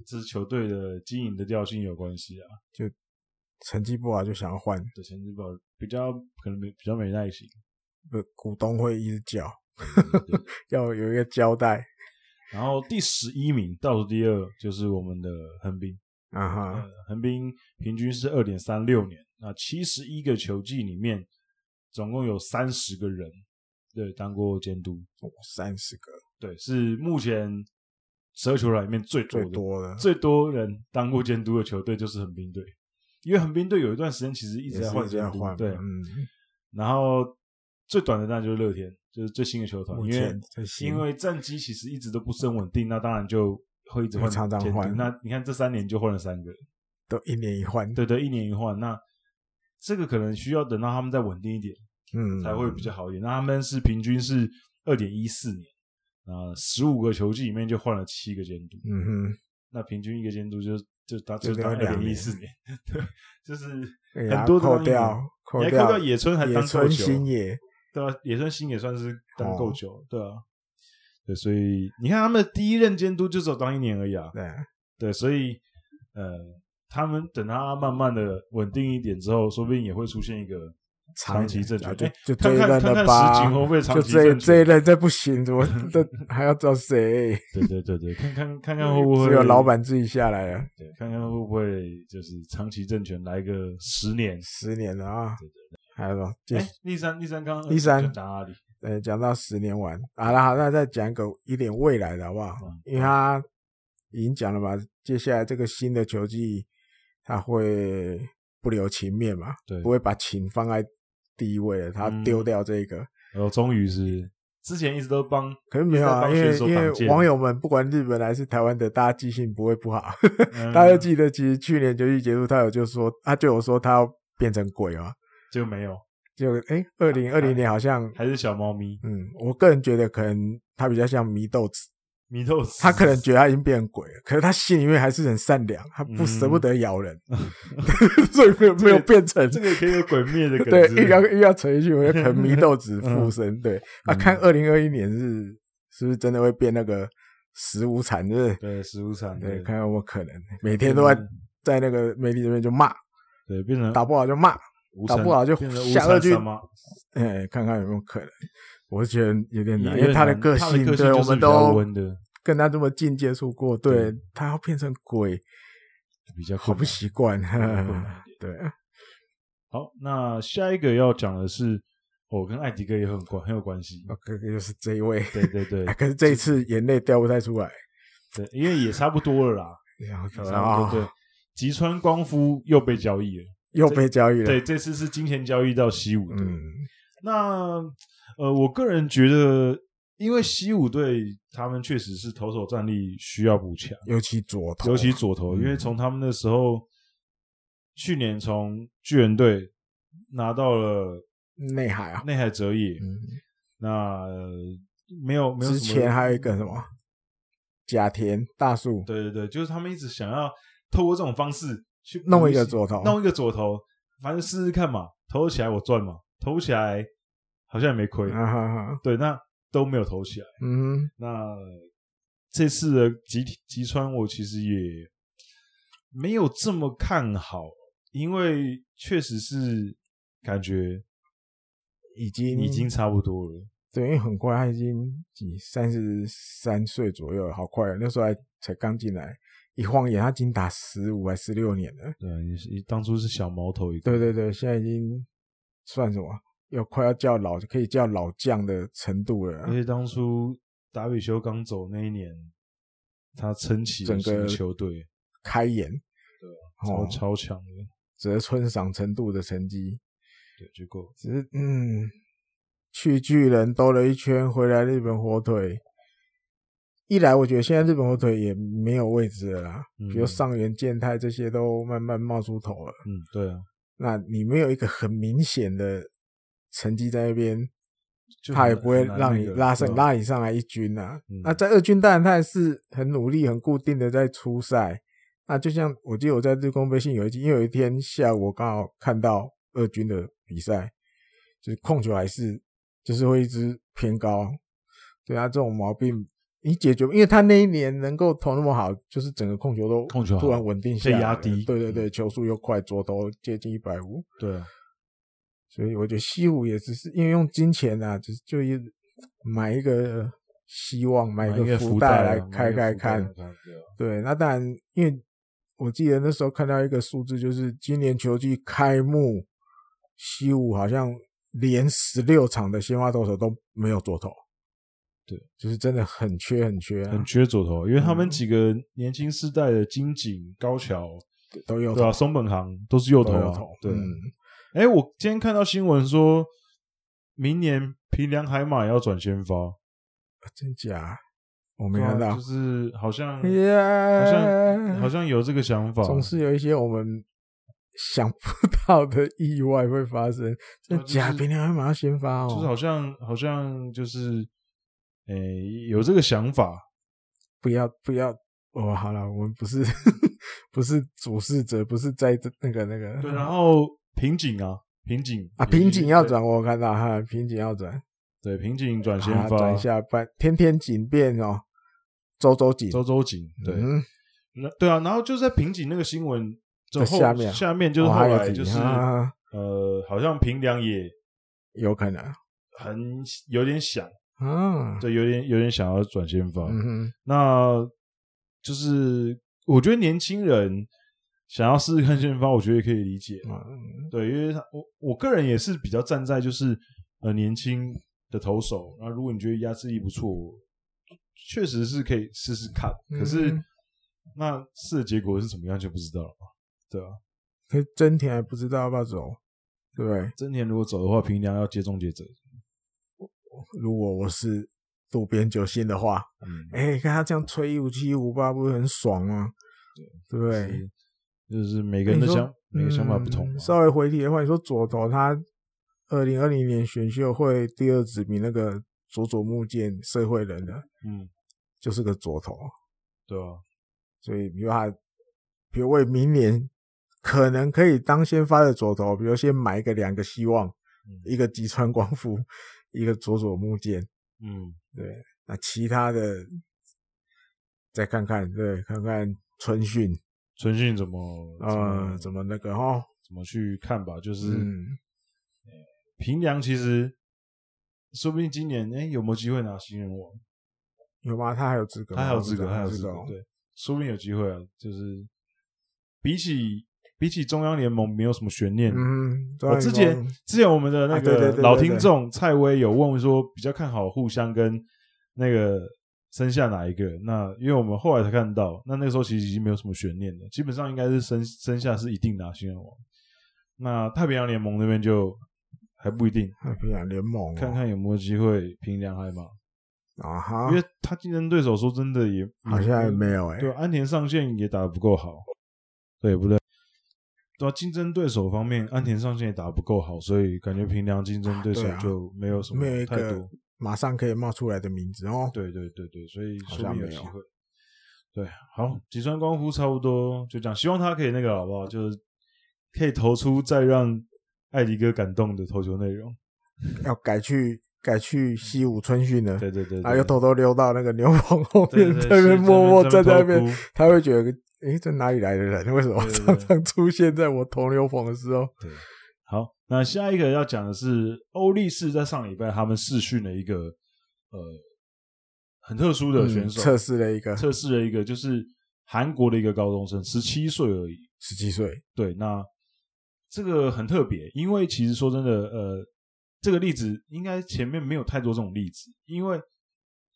这支球队的经营的调性有关系啊。
成绩不好就想要换，
对，前日宝比较可能没比较没耐心，
不股东会一直叫，
对嗯对对
要有一个交代
然后第十一名倒数第二就是我们的横滨，
啊
呃
哈，
横滨平均是二点三六年，那七十一个球季里面，总共有三十个人对当过监督，
三十个
对，是目前十二球队里面最多
最
的
多的，
最多人当过监督的球队就是横滨队，因为横滨队有一段时间其实一
也
直
是
在换
一直在
监督，
换嘛，
对，
嗯，
然后最短的当然就是乐天，就是最新的球团，
目
因为
前最新
因为战绩其实一直都不是很稳定，那当然就会一直换
会常常
监督
换
那你看这三年就换了三个，
都一年一换，
对对，一年一换。那这个可能需要等到他们再稳定一点
嗯，
才会比较好一点。那他们是平均是二点一四年。啊，十五个球季里面就换了七个监督，
嗯哼，
那平均一个监督就就当
就
就当
要
二
两
点一
年
四年，对，就是
哎呀
很多
扣
都当一年
掉，扣
你还扣掉啊野村还当
野
扣
村
球
新野，
对啊，野村新也算是当够
哦
久了，对啊，对，所以你看他们第一任监督就只有当一年而已啊，
对，
对，所以呃，他们等他慢慢的稳定一点之后，说不定也会出现一个长期政权
啊，就
哎
就这
看
一
看
任
看
了
看
吧
石井会不会，长
就
期
这
政
这一
权？
任再不行，怎么这还要找谁？
对对对对，看看看看会不会
只有老，板自己下来了，
对，看看会不会就是长期政权来个十年。
十年了啊，还有什么？
哎
第，
立山，立山刚刚
立山
讲到哪里？
呃，讲到十年完，好了，好，那再讲一个一点未来的好不好？
嗯
因为他已经讲了嘛，接下来这个新的球季他会不留情面嘛，
对
不会把情放在第一位的，他
嗯
丢掉这个。
然后哦终于是之前一直都帮，
可是没有啊，
一
因
直在帮选手
为因为
挡箭
网友们不管日本还是台湾的，大家记性不会不好，
嗯
大家都记得，其实去年球季结束，他有就说，他就有说他要变成鬼嘛，
就没有，
就
啊
哎，二零二零年好像，
还是小猫咪
嗯，我个人觉得可能他比较像祢豆子，
米豆子，
他可能觉得他已经变成鬼了，可是他心里面还是很善良，他不
嗯
舍不得咬 人，所以没有没有变成。
这个可以有鬼灭的梗，
对
是，不是
一要一要沉去，我就可能祢豆子附 身。对，啊，
嗯
看二零二一年是是不是真的会变那个食无惨日？
对食物产
对，
对
看看有没有可能，每天都在
嗯
在那个媒体这边就骂，
对变成
打不好就骂，
无
打
产
不好就
变成
下
无
二
产
句
三吗？
哎，看看有没有可能。我是觉得有点难，
也
因为他的
有点难
个
他的
性，
个性
对
就是
我们
比较
都
温的
跟他这么近接触过，对
对
他要变成鬼，
比较
好
困
不
难
习惯
困难。
对，
好，那下一个要讲的是，我、跟艾迪哥也很关很有关系。
哥哥就是这一位，
对对对
哎可是这一次眼泪掉不太出来，
对，因为也差不多 了啦，
然
也
后
差不多。
啊，
对，吉川光夫又被交易了。
又被交易了。
对，这次是金钱交易到西武队。
嗯，
那呃，我个人觉得，因为西武队他们确实是投手战力需要补强，
尤其左投，
尤其左投，因为从他们那时候，去年从巨人队拿到了
内海啊，
内海哲也，
嗯
那、呃没有没有
之
什么嗯
前还有一个什么甲田大树，
对对对，就是他们一直想要透过这种方式去
弄一
补
个
习
左投
弄一个左投，反正试试看嘛，投得起来我赚嘛，投不起来好像也没亏，
啊哈哈，
对，那都没有投起来。
嗯，
那这次的集体吉川，我其实也没有这么看好，因为确实是感觉
已经
已经差不多了。
对，因为很快他已经几三十三岁左右了，好快了，哦那时候还才刚进来，一晃眼他已经打十五还十六年了。
对啊，你是你当初是小毛头一个，
对对对，现在已经算什么？要快要叫老，可以叫老将的程度了
而。且当初达比修刚走那一年，他撑起了
整个
整个球队，
开眼，
超
哦，
超强的。
折春赏程度的成绩，
对，结果
只是嗯，去巨人兜了一圈，回来日本火腿。一来，我觉得现在日本火腿也没有位置了啦，比如
嗯
上原健太这些都慢慢冒出头了。
嗯，对啊，
那你没有一个很明显的成绩在那边，
就
他也
很
不会
很难
让
那
你
个
拉上、
对啊
拉你上来一军啊。
嗯
那在二军当然他也是很努力、很固定的在出赛。那就像我记得我在日工杯信有一集，因为有一天下午我刚好看到二军的比赛，就是控球还是就是会一直偏高。对啊，这种毛病你解决不，因为他那一年能够投那么好，就是整个控球都
控球好
突然稳定下来
被
了，
压低嗯
对对对，球速又快，左投接近一百五。
对啊，
所以我觉得西武也只是因为用金钱啊，就是就一买一个希望，买一
买
个
福
福袋
啊
来
买一
开
个
开
福袋
看
来。看对啊
对，那当然，因为我记得那时候看到一个数字，就是今年球季开幕，西武好像连十六场的先发投手都没有做头。
对，
就是真的很缺很缺啊，
很缺左投，因为他们
嗯
几个年轻世代的金井、高桥，
都有
对啊，
头，
松本航都是右投
都有
啊
头。。
对，
嗯
哎、我今天看到新闻说，明年平良海马也要转先发，
啊真假？我没
对啊
看到
就。是好 像
呀
好像好像有这个想法，
总是有一些我们想不 到的意外会发生。
对
这
啊就是
假平良还马上先发
就是
哦，
好像好像就是，诶、有这个想法，
不要不要哦，好了，我们不是 不是主事者，不是在这那个那个
嗯对，然后瓶颈啊，瓶颈
啊，
也
瓶颈要转，我看到哈，瓶颈要转，
对瓶颈转先
啊
发，
转一下半天天紧变哦，周周紧，
周周景，对，
嗯，
那对啊，然后就是在瓶颈那个新闻之
在
后
下面啊
下面就是
哦
后
还有
来
紧
就是、
啊
呃，好像平良也
有可能
很有点想，
啊，
对，有点有点想要转先发，
嗯哼，
那就是我觉得年轻人想要试试看先发，我觉得也可以理解，
嗯
对，因为他我我个人也是比较站在就是呃年轻的投手，那如果你觉得压制力不错，确实是可以试试看。
嗯
可是那试的结果是怎么样就不知道了嘛，对啊。
可是真田还不知道要不要走，对不对？
真田如果走的话，平良要接终结者，
如果我是渡边久信的话，
嗯，
哎、看他这样吹一五七一五八，不是很爽吗？对不对？
哎就是每个人的
你说
想每个想法不同嘛
嗯。稍微回题的话，你说左投他二零二零年选秀会第二指名那个佐佐木健社会人的，
嗯，
就是个左投，
对啊，
所以比如他，比如为明年可能可以当先发的左投，比如先买个两个希望，
嗯
一个吉川光夫，一个佐佐木健，
嗯，
那其他的再看看，对，看看春训
春训怎么
啊、呃怎
么
么那个哦，
怎么去看吧，就是。
嗯，
平良其实说不定今年哎、诶有没有机会拿新人王？
有吗？他还有资格哦吗，
他还有资格，
我不知道
他还有资格，哦对，说不定有机会啊。就是比起比起中央联盟没有什么悬念。
嗯，对啊
我之前
你说
之前我们的那
啊对对
个
对对
老听众蔡威有问说比较看好互相跟那个生下哪一个？那因为我们后来才看到，那那个时候其实已经没有什么悬念了，基本上应该是生生下是一定啊拿新人王。那太平洋联盟那边就还不一定，
太平洋联盟、哦，
看看有没有机会平凉海马，
啊哈
因，为他竞争对手说真的也
好像也没有哎、
对啊安田上线也打得不够好，对不对？对啊、竞争对手方面，安田上线也打得不够好，所以感觉平凉竞争对手
啊对啊
就没有什么
没有一
太多
个。马上可以冒出来的名字哦。
对对对对，所以
好
说
像
明
没
机
有
会。对，好，吉川光夫差不多就这样，希望他可以那个好不好？就是可以投出再让艾迪哥感动的投球内容。
要改去改去西武春训了，
对对对
然
对，
啊后又偷偷溜到那个牛棚后
对
面，
对
在
对
那边
是
默默站在那
偷
边
哭，
他会觉得，诶，这哪里来的人？ 为什么
对对对
常常出现在我投牛棚的时候？
对，好，那下一个要讲的是欧力士在上礼拜他们试训了一个呃很特殊的选
嗯
手，
测试了一个
测试了一个就是韩国的一个高中生，十七岁而已。
十七岁，
对，那这个很特别，因为其实说真的，呃，这个例子应该前面没有太多这种例子，因为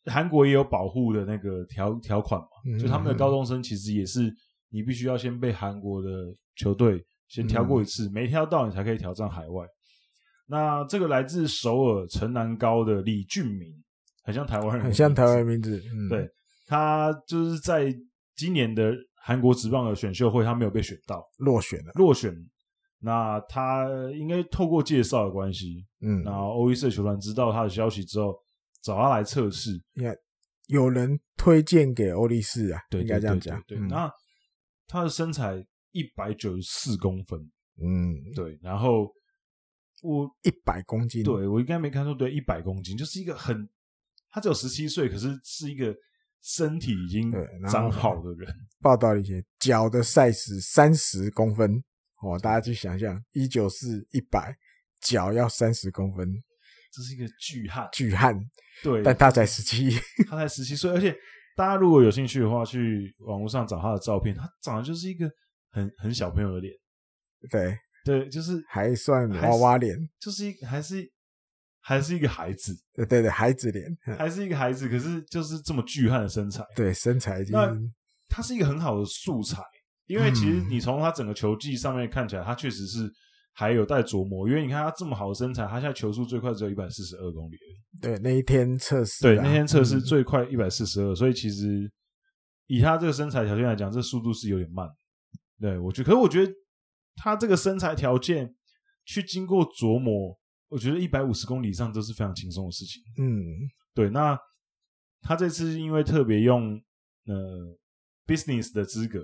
韩国也有保护的那个条条款嘛，
嗯
就他们的高中生其实也是你必须要先被韩国的球队先挑
嗯
过一次，没挑到你才可以挑战海外。那这个来自首尔城南高的李俊明，很像台湾人的名
很
字，
像台湾名字，嗯，
对他就是在今年的韩国职棒的选秀会，他没有被选到。
落选了，
落选。那他应该透过介绍的关系，
嗯，
然后欧一社球团知道他的消息之后，找他来测试。
有人推荐给欧力士啊，
对，
应该
对
这样
对
讲，
对，对
嗯
那他的身材一百九十四公分，
嗯，
对，然后我
一百公斤，
对我应该没看错，对，一百公斤，就是一个很，他只有十七岁，可是是一个身体已经
对然后
长好的人，
报道里写脚的 size 三十公分哦，大家去想象，一九四一百，脚要三十公分，
这是一个巨汉，
巨汉，
对，
但他才十七，
他才十七岁，而且大家如果有兴趣的话，去网络上找他的照片，他长得就是一个很很小朋友的脸，
对，
对，就是
还算
还是
娃娃脸，
就是一还是还是一个孩子，
对对对，孩子脸，嗯
还是一个孩子，可是就是这么巨悍的身材，
对，身材已经
那他是一个很好的素材，因为其实你从他整个球技上面看起来，他确实是。还有待琢磨，因为你看他这么好的身材，他现在球速最快只有一百四十二公里而已
对那一天测试啊，
对，那天测试
嗯
最快一百四十二，所以其实以他这个身材条件来讲，这速度是有点慢。对我觉得，可是我觉得他这个身材条件去经过琢磨，我觉得一百五十公里以上都是非常轻松的事情。
嗯，
对，那他这次因为特别用呃 business 的资格，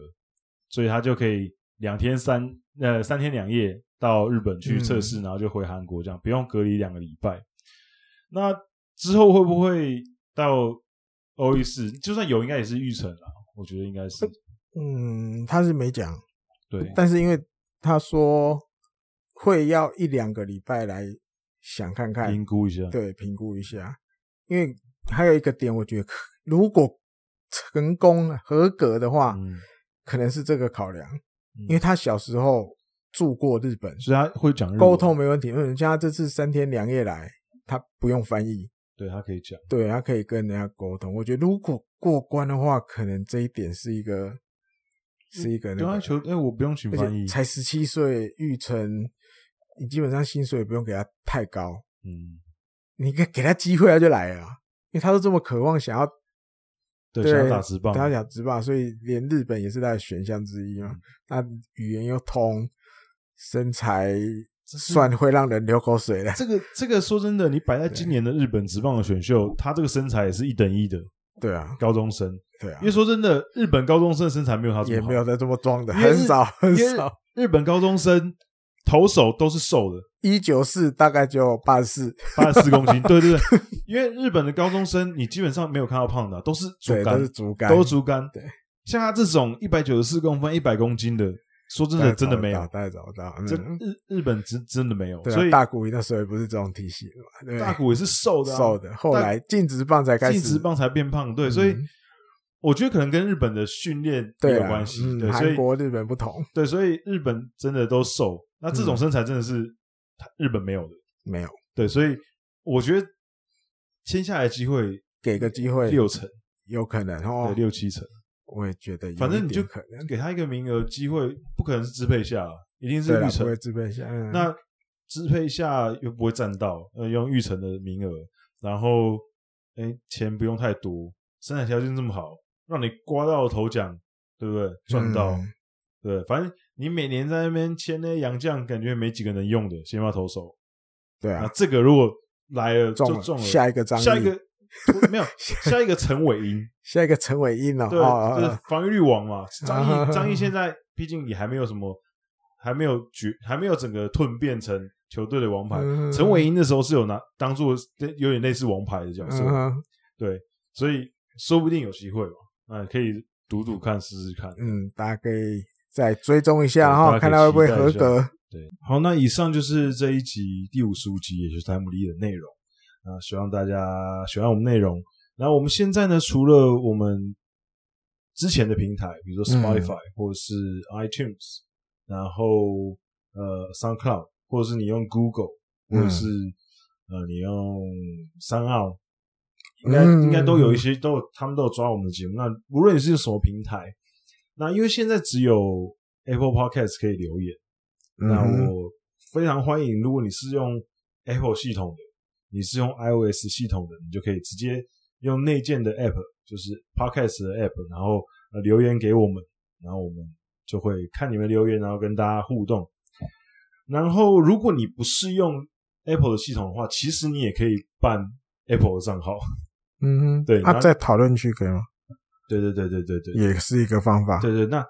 所以他就可以两天三呃三天两夜到日本去测
嗯
试，然后就回韩国，这样不用隔离两个礼拜。那之后会不会到欧力士？就算有，应该也是预成啦，我觉得应该是
嗯，他是没讲，
对，
但是因为他说会要一两个礼拜来想看看，
评估一下。
对，评估一下。因为还有一个点，我觉得可如果成功了合格的话，
嗯，
可能是这个考量，因为他小时候住过日本，
啊所以他会讲日文
沟通没问题。因为人家这次三天两夜来，他不用翻译，
对他可以讲，
对他可以跟人家沟通。我觉得如果过关的话，可能这一点是一个是一个
对
那
他
个，
求，哎，我不用请
而
翻
且
译，
才十七岁，玉成你基本上薪水也不用给他太高，
嗯，
你给给他机会他就来了啊，因为他都这么渴望想要
对，
对
想要打直棒，
他想直吧，所以连日本也是他的选项之一
嗯
嘛。那语言又通，身材算会让人流口水的。
这个这个说真的，你摆在今年的日本职棒的选秀，他这个身材也是一等一的
对啊，
高中生。
对啊
因，为说真的，日本高中生的身材没有他这么
也
好
没有，在这么装的，
因为
很少很
因为
少。
日本高中生投手都是瘦的，
一九四大概就八十四，
八十四公 斤。对对对，因为日本的高中生你基本上没有看到胖的啊，都是竹
对，都
竿
是，竹竿，
都是竹竿。
对，
像他这种一百九十四公分、一百公斤的，说真
大概
的，真的没
找
有
不。到大概找不到。
这
嗯，
日日本真真的没有，
对
所
啊，
以
大谷那时候也不是这种体型嘛，对不对
大谷也是瘦的啊，
瘦的，后来进直棒才开始
进直棒才变胖，对，所以
嗯
我觉得可能跟日本的训练也
对
有
啊
关系，
嗯
对，所
韩
以
国、日本不同，
对，所以日本真的都瘦，那这种
嗯
身材真的是他日本没有的，
没有
对，所以我觉得签下来机会
给个机会，
六成，
有可能哦
对，，六七成，
我也觉得有
反正
一
你
点
就
可能。
给他一个名额机会，不可能是支配下啊，一定是
对啦
预
不
成
会，支配下。嗯、
那支配下又不会占到，呃，用预成的名额，然后哎钱不用太多，身材条件这么好，让你刮到头奖，对不对？赚到。
嗯
对，反正你每年在那边签那些洋将，感觉没几个能用的，先发投手。
对
那
啊，
这个如果来了
中
就中了，
下一个张毅
下一个没 有下一个陈伟英，
下一个陈伟英哦，
对，
哦
就是
哦
防御率王 嘛。张
啊
毅张毅现在毕竟也还没有什么，还没有决，还没有整个蜕变成球队的王牌
嗯。
陈伟英那时候是有拿当做有点类似王牌的角
嗯
色，
哼
对，所以说不定有机会嘛，那可以赌赌看，试试看。
嗯，大家可以再追踪一下哈，
对
看
大家
他
可
会
以
不会
期待
合
一下
格。
对，好，那以上就是这一集第五十五集，也就是台姆利的内容。啊、希望大家喜欢我们内容。然后我们现在呢，除了我们之前的平台，比如说
嗯
Spotify、或者是 iTunes，然后呃 SoundCloud，或者是你用 Google，或
嗯
者是、呃你用三奥，应该
嗯
应该都有一些都有他们都有抓我们的节目。那无论你是用什么平台，那因为现在只有 Apple Podcast 可以留言。那
嗯哼
我非常欢迎，如果你是用 Apple 系统的，你是用 iOS 系统的，你就可以直接用内建的 App，就是 Podcast 的 App，然后、呃、留言给我们，然后我们就会看你们留言，然后跟大家互动。然后，如果你不是用 Apple 的系统的话，其实你也可以办 Apple 的账号。
嗯哼，
对然
啊，
后
在讨论区可以吗？
对对对对对对，
也是一个方法。
对对，那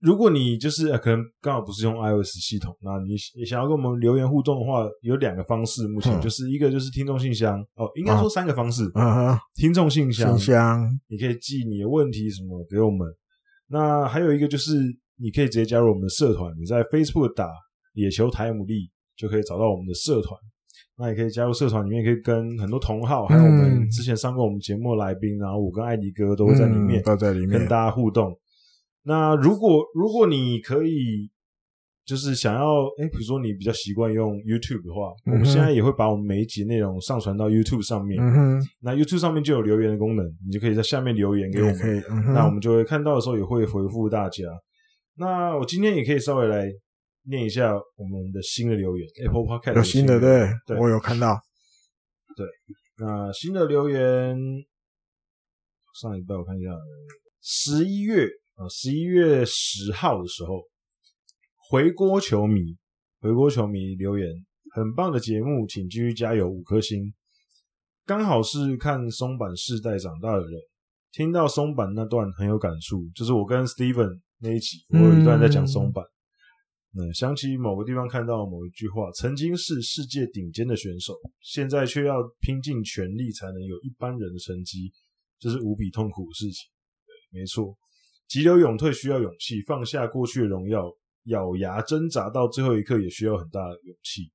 如果你就是、呃可能刚好不是用 iOS 系统，那你你想要跟我们留言互动的话，有两个方式，目前、
嗯啊
就是一个就是听众信箱哦，应该说三个方式，
嗯哼，
听众信箱，
信箱，
你可以寄你的问题什么给我们。那还有一个就是你可以直接加入我们的社团，你在 Facebook 打野球台姆利就可以找到我们的社团。那也可以加入社团，里面可以跟很多同好，还有我们
嗯
之前上过我们节目的来宾，然后我跟艾迪哥都会在里面
嗯都在里
跟
面。
大家互动。那如果如果你可以，就是想要，哎，比如说你比较习惯用 YouTube 的话，
嗯哼
我们现在也会把我们每一集内容上传到 YouTube 上面。
嗯哼，
那 YouTube 上面就有留言的功能，你就可以在下面留言给我
也可
们，
以。嗯哼，
那我们就会看到的时候也会回复大家。那我今天也可以稍微来念一下我们的新的留言，Apple Podcast
有新的
留言
对，
对
我有看到。
那新的留言，上一拜我看一下，呃十一月啊，十一月十号的时候，回锅球迷，回锅球迷留言，很棒的节目，请继续加油，五颗星。刚好是看松坂世代长大的人，听到松坂那段很有感触，就是我跟 Steven 那一集，我有一段在讲松坂。嗯，想起某个地方看到某一句话：“曾经是世界顶尖的选手，现在却要拼尽全力才能有一般人的成绩，这是无比痛苦的事情。”对，没错，急流勇退需要勇气，放下过去的荣耀，咬牙挣扎到最后一刻也需要很大的勇气。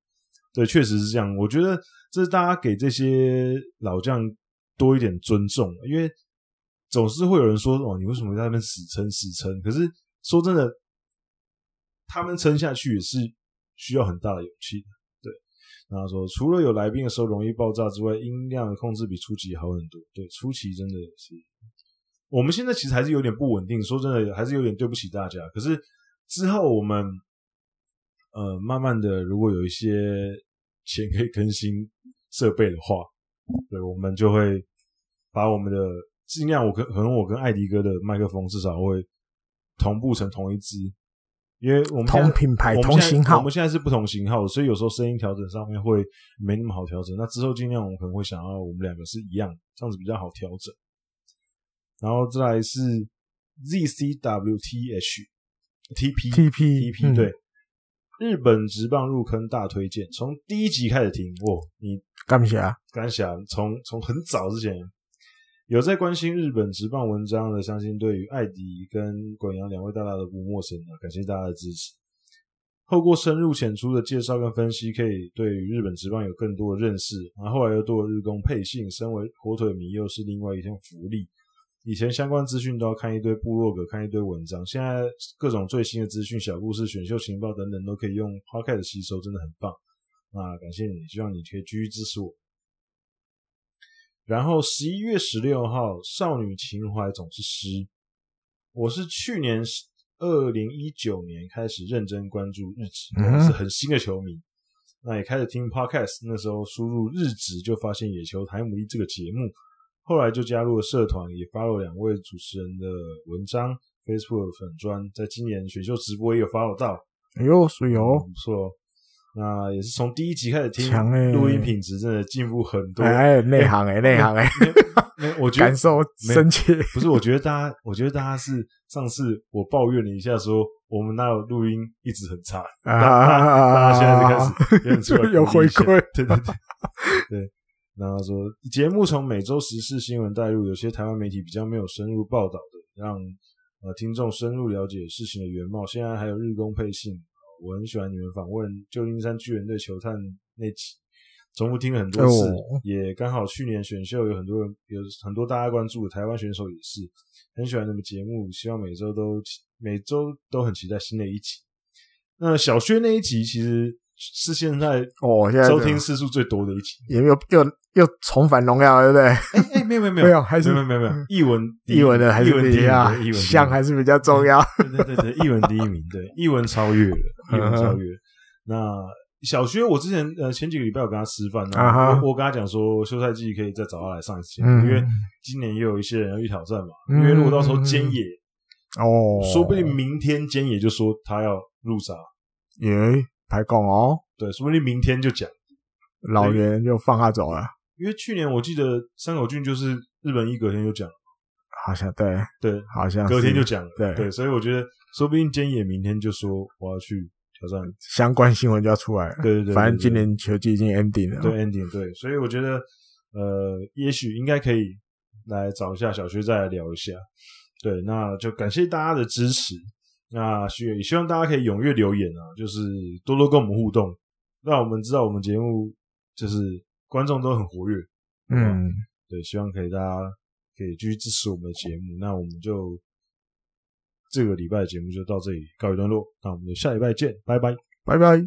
对，确实是这样。我觉得这是大家给这些老将多一点尊重，啊因为总是会有人说：“哦，你为什么在那边死撑死撑？”可是说真的，他们撑下去也是需要很大的勇气的。对，那他说，除了有来宾的时候容易爆炸之外，音量的控制比初期好很多。对，初期真的是，我们现在其实还是有点不稳定，说真的，还是有点对不起大家。可是之后我们，呃，慢慢的，如果有一些钱可以更新设备的话，对，我们就会把我们的尽量，我跟可能我跟艾迪哥的麦克风至少会同步成同一支，因为我们现在
同品牌
我们
同
现在
型号
我们现在是不同型号的，所以有时候声音调整上面会没那么好调整。那之后尽量我们可能会想要我们两个是一样，这样子比较好调整。然后再来是 ZCWTH TP
TP
TP
嗯
对。日本直棒入坑大推荐，从第一集开始听，哇，你
干不起来，
感想，从从很早之前有在关心日本职棒文章的，相信对于艾迪跟滚阳两位大大都不陌生了，感谢大家的支持。透过深入浅出的介绍跟分析，可以对于日本职棒有更多的认识。然后后来又多了日工配信，身为火腿迷又是另外一项福利。以前相关资讯都要看一堆部落格，看一堆文章，现在各种最新的资讯、小故事、选秀情报等等，都可以用 p o c k e t 吸收，真的很棒。那啊感谢你，希望你可以继续支持我。然后十一月十六号，《少女情怀总是诗》，我是去年二零一九年开始认真关注日职，
嗯
我是很新的球迷。那也开始听 podcast，那时候输入日职就发现野球台姆一这个节目，后来就加入了社团，也 follow 两位主持人的文章，Facebook 粉专，在今年选秀直播也有 follow 到，
哎呦，水
哦，
哦，
不错哦。那也是从第一集开始听
强欸，
录音品质真的进步很多。
哎，哎内行哎，内行哎，
没 有我觉得
感受
没有
深切，
不是，我觉得大家，我觉得大家是上次我抱怨了一下说，我们那有录音一直很差，
啊
大家现在就开始有点出来鼓励 一下
有回馈，
对对对对。然后说节目从每周时事新闻带入，有些台湾媒体比较没有深入报道的，让呃听众深入了解事情的原貌。现在还有日工配信，呃我很喜欢你们访问旧金山巨人队球探那集，重复听了很多次，
哦
也刚好去年选秀有很多人有很多大家关注的台湾选手也是，很喜欢你们节目，希望每周都每周都很期待新的一集。那小薛那一集其实是现在
哦，现在
收听次数最多的一集。
也没有又又重返荣耀，对不对？
哎哎，没有没有没
没有还是
没有没有没有， 译文第一
译文的还
译
是
文
比
第一名
较
对译文第一名
像还是比较重要。
对对对对，译文第一名，对，译文超越了，译文超越。那小薛，我之前呃前几个礼拜有跟他吃饭，然
啊
后
哈
我我跟他讲说休赛季可以再找他来上一次节目，
嗯
因为今年也有一些人要去挑战嘛，因
嗯
为如果到时候菅野，
哦，
嗯说不定明天菅野就说他要入闸，
耶，排拱哦，
对，说不定明天就讲。
老袁就放他走了，
因为去年我记得山口俊就是日本一隔天就讲了，
好像对，
对，
好像啊是
隔天就讲了，
对
对，所以我觉得说不定菅野明天就说我要去挑战，
相关新闻就要出来了。
对对对，
反正
对
今年球季已经 ending 了，
对 ending 对，所以我觉得呃，也许应该可以来找一下小薛再来聊一下，对，那就感谢大家的支持，那希也希望大家可以踊跃留言啊，就是多多跟我们互动，让我们知道我们节目就是观众都很活跃，
嗯，
对，希望可以大家可以继续支持我们的节目。那我们就这个礼拜的节目就到这里告一段落，那我们就下礼拜见，拜拜。
拜拜。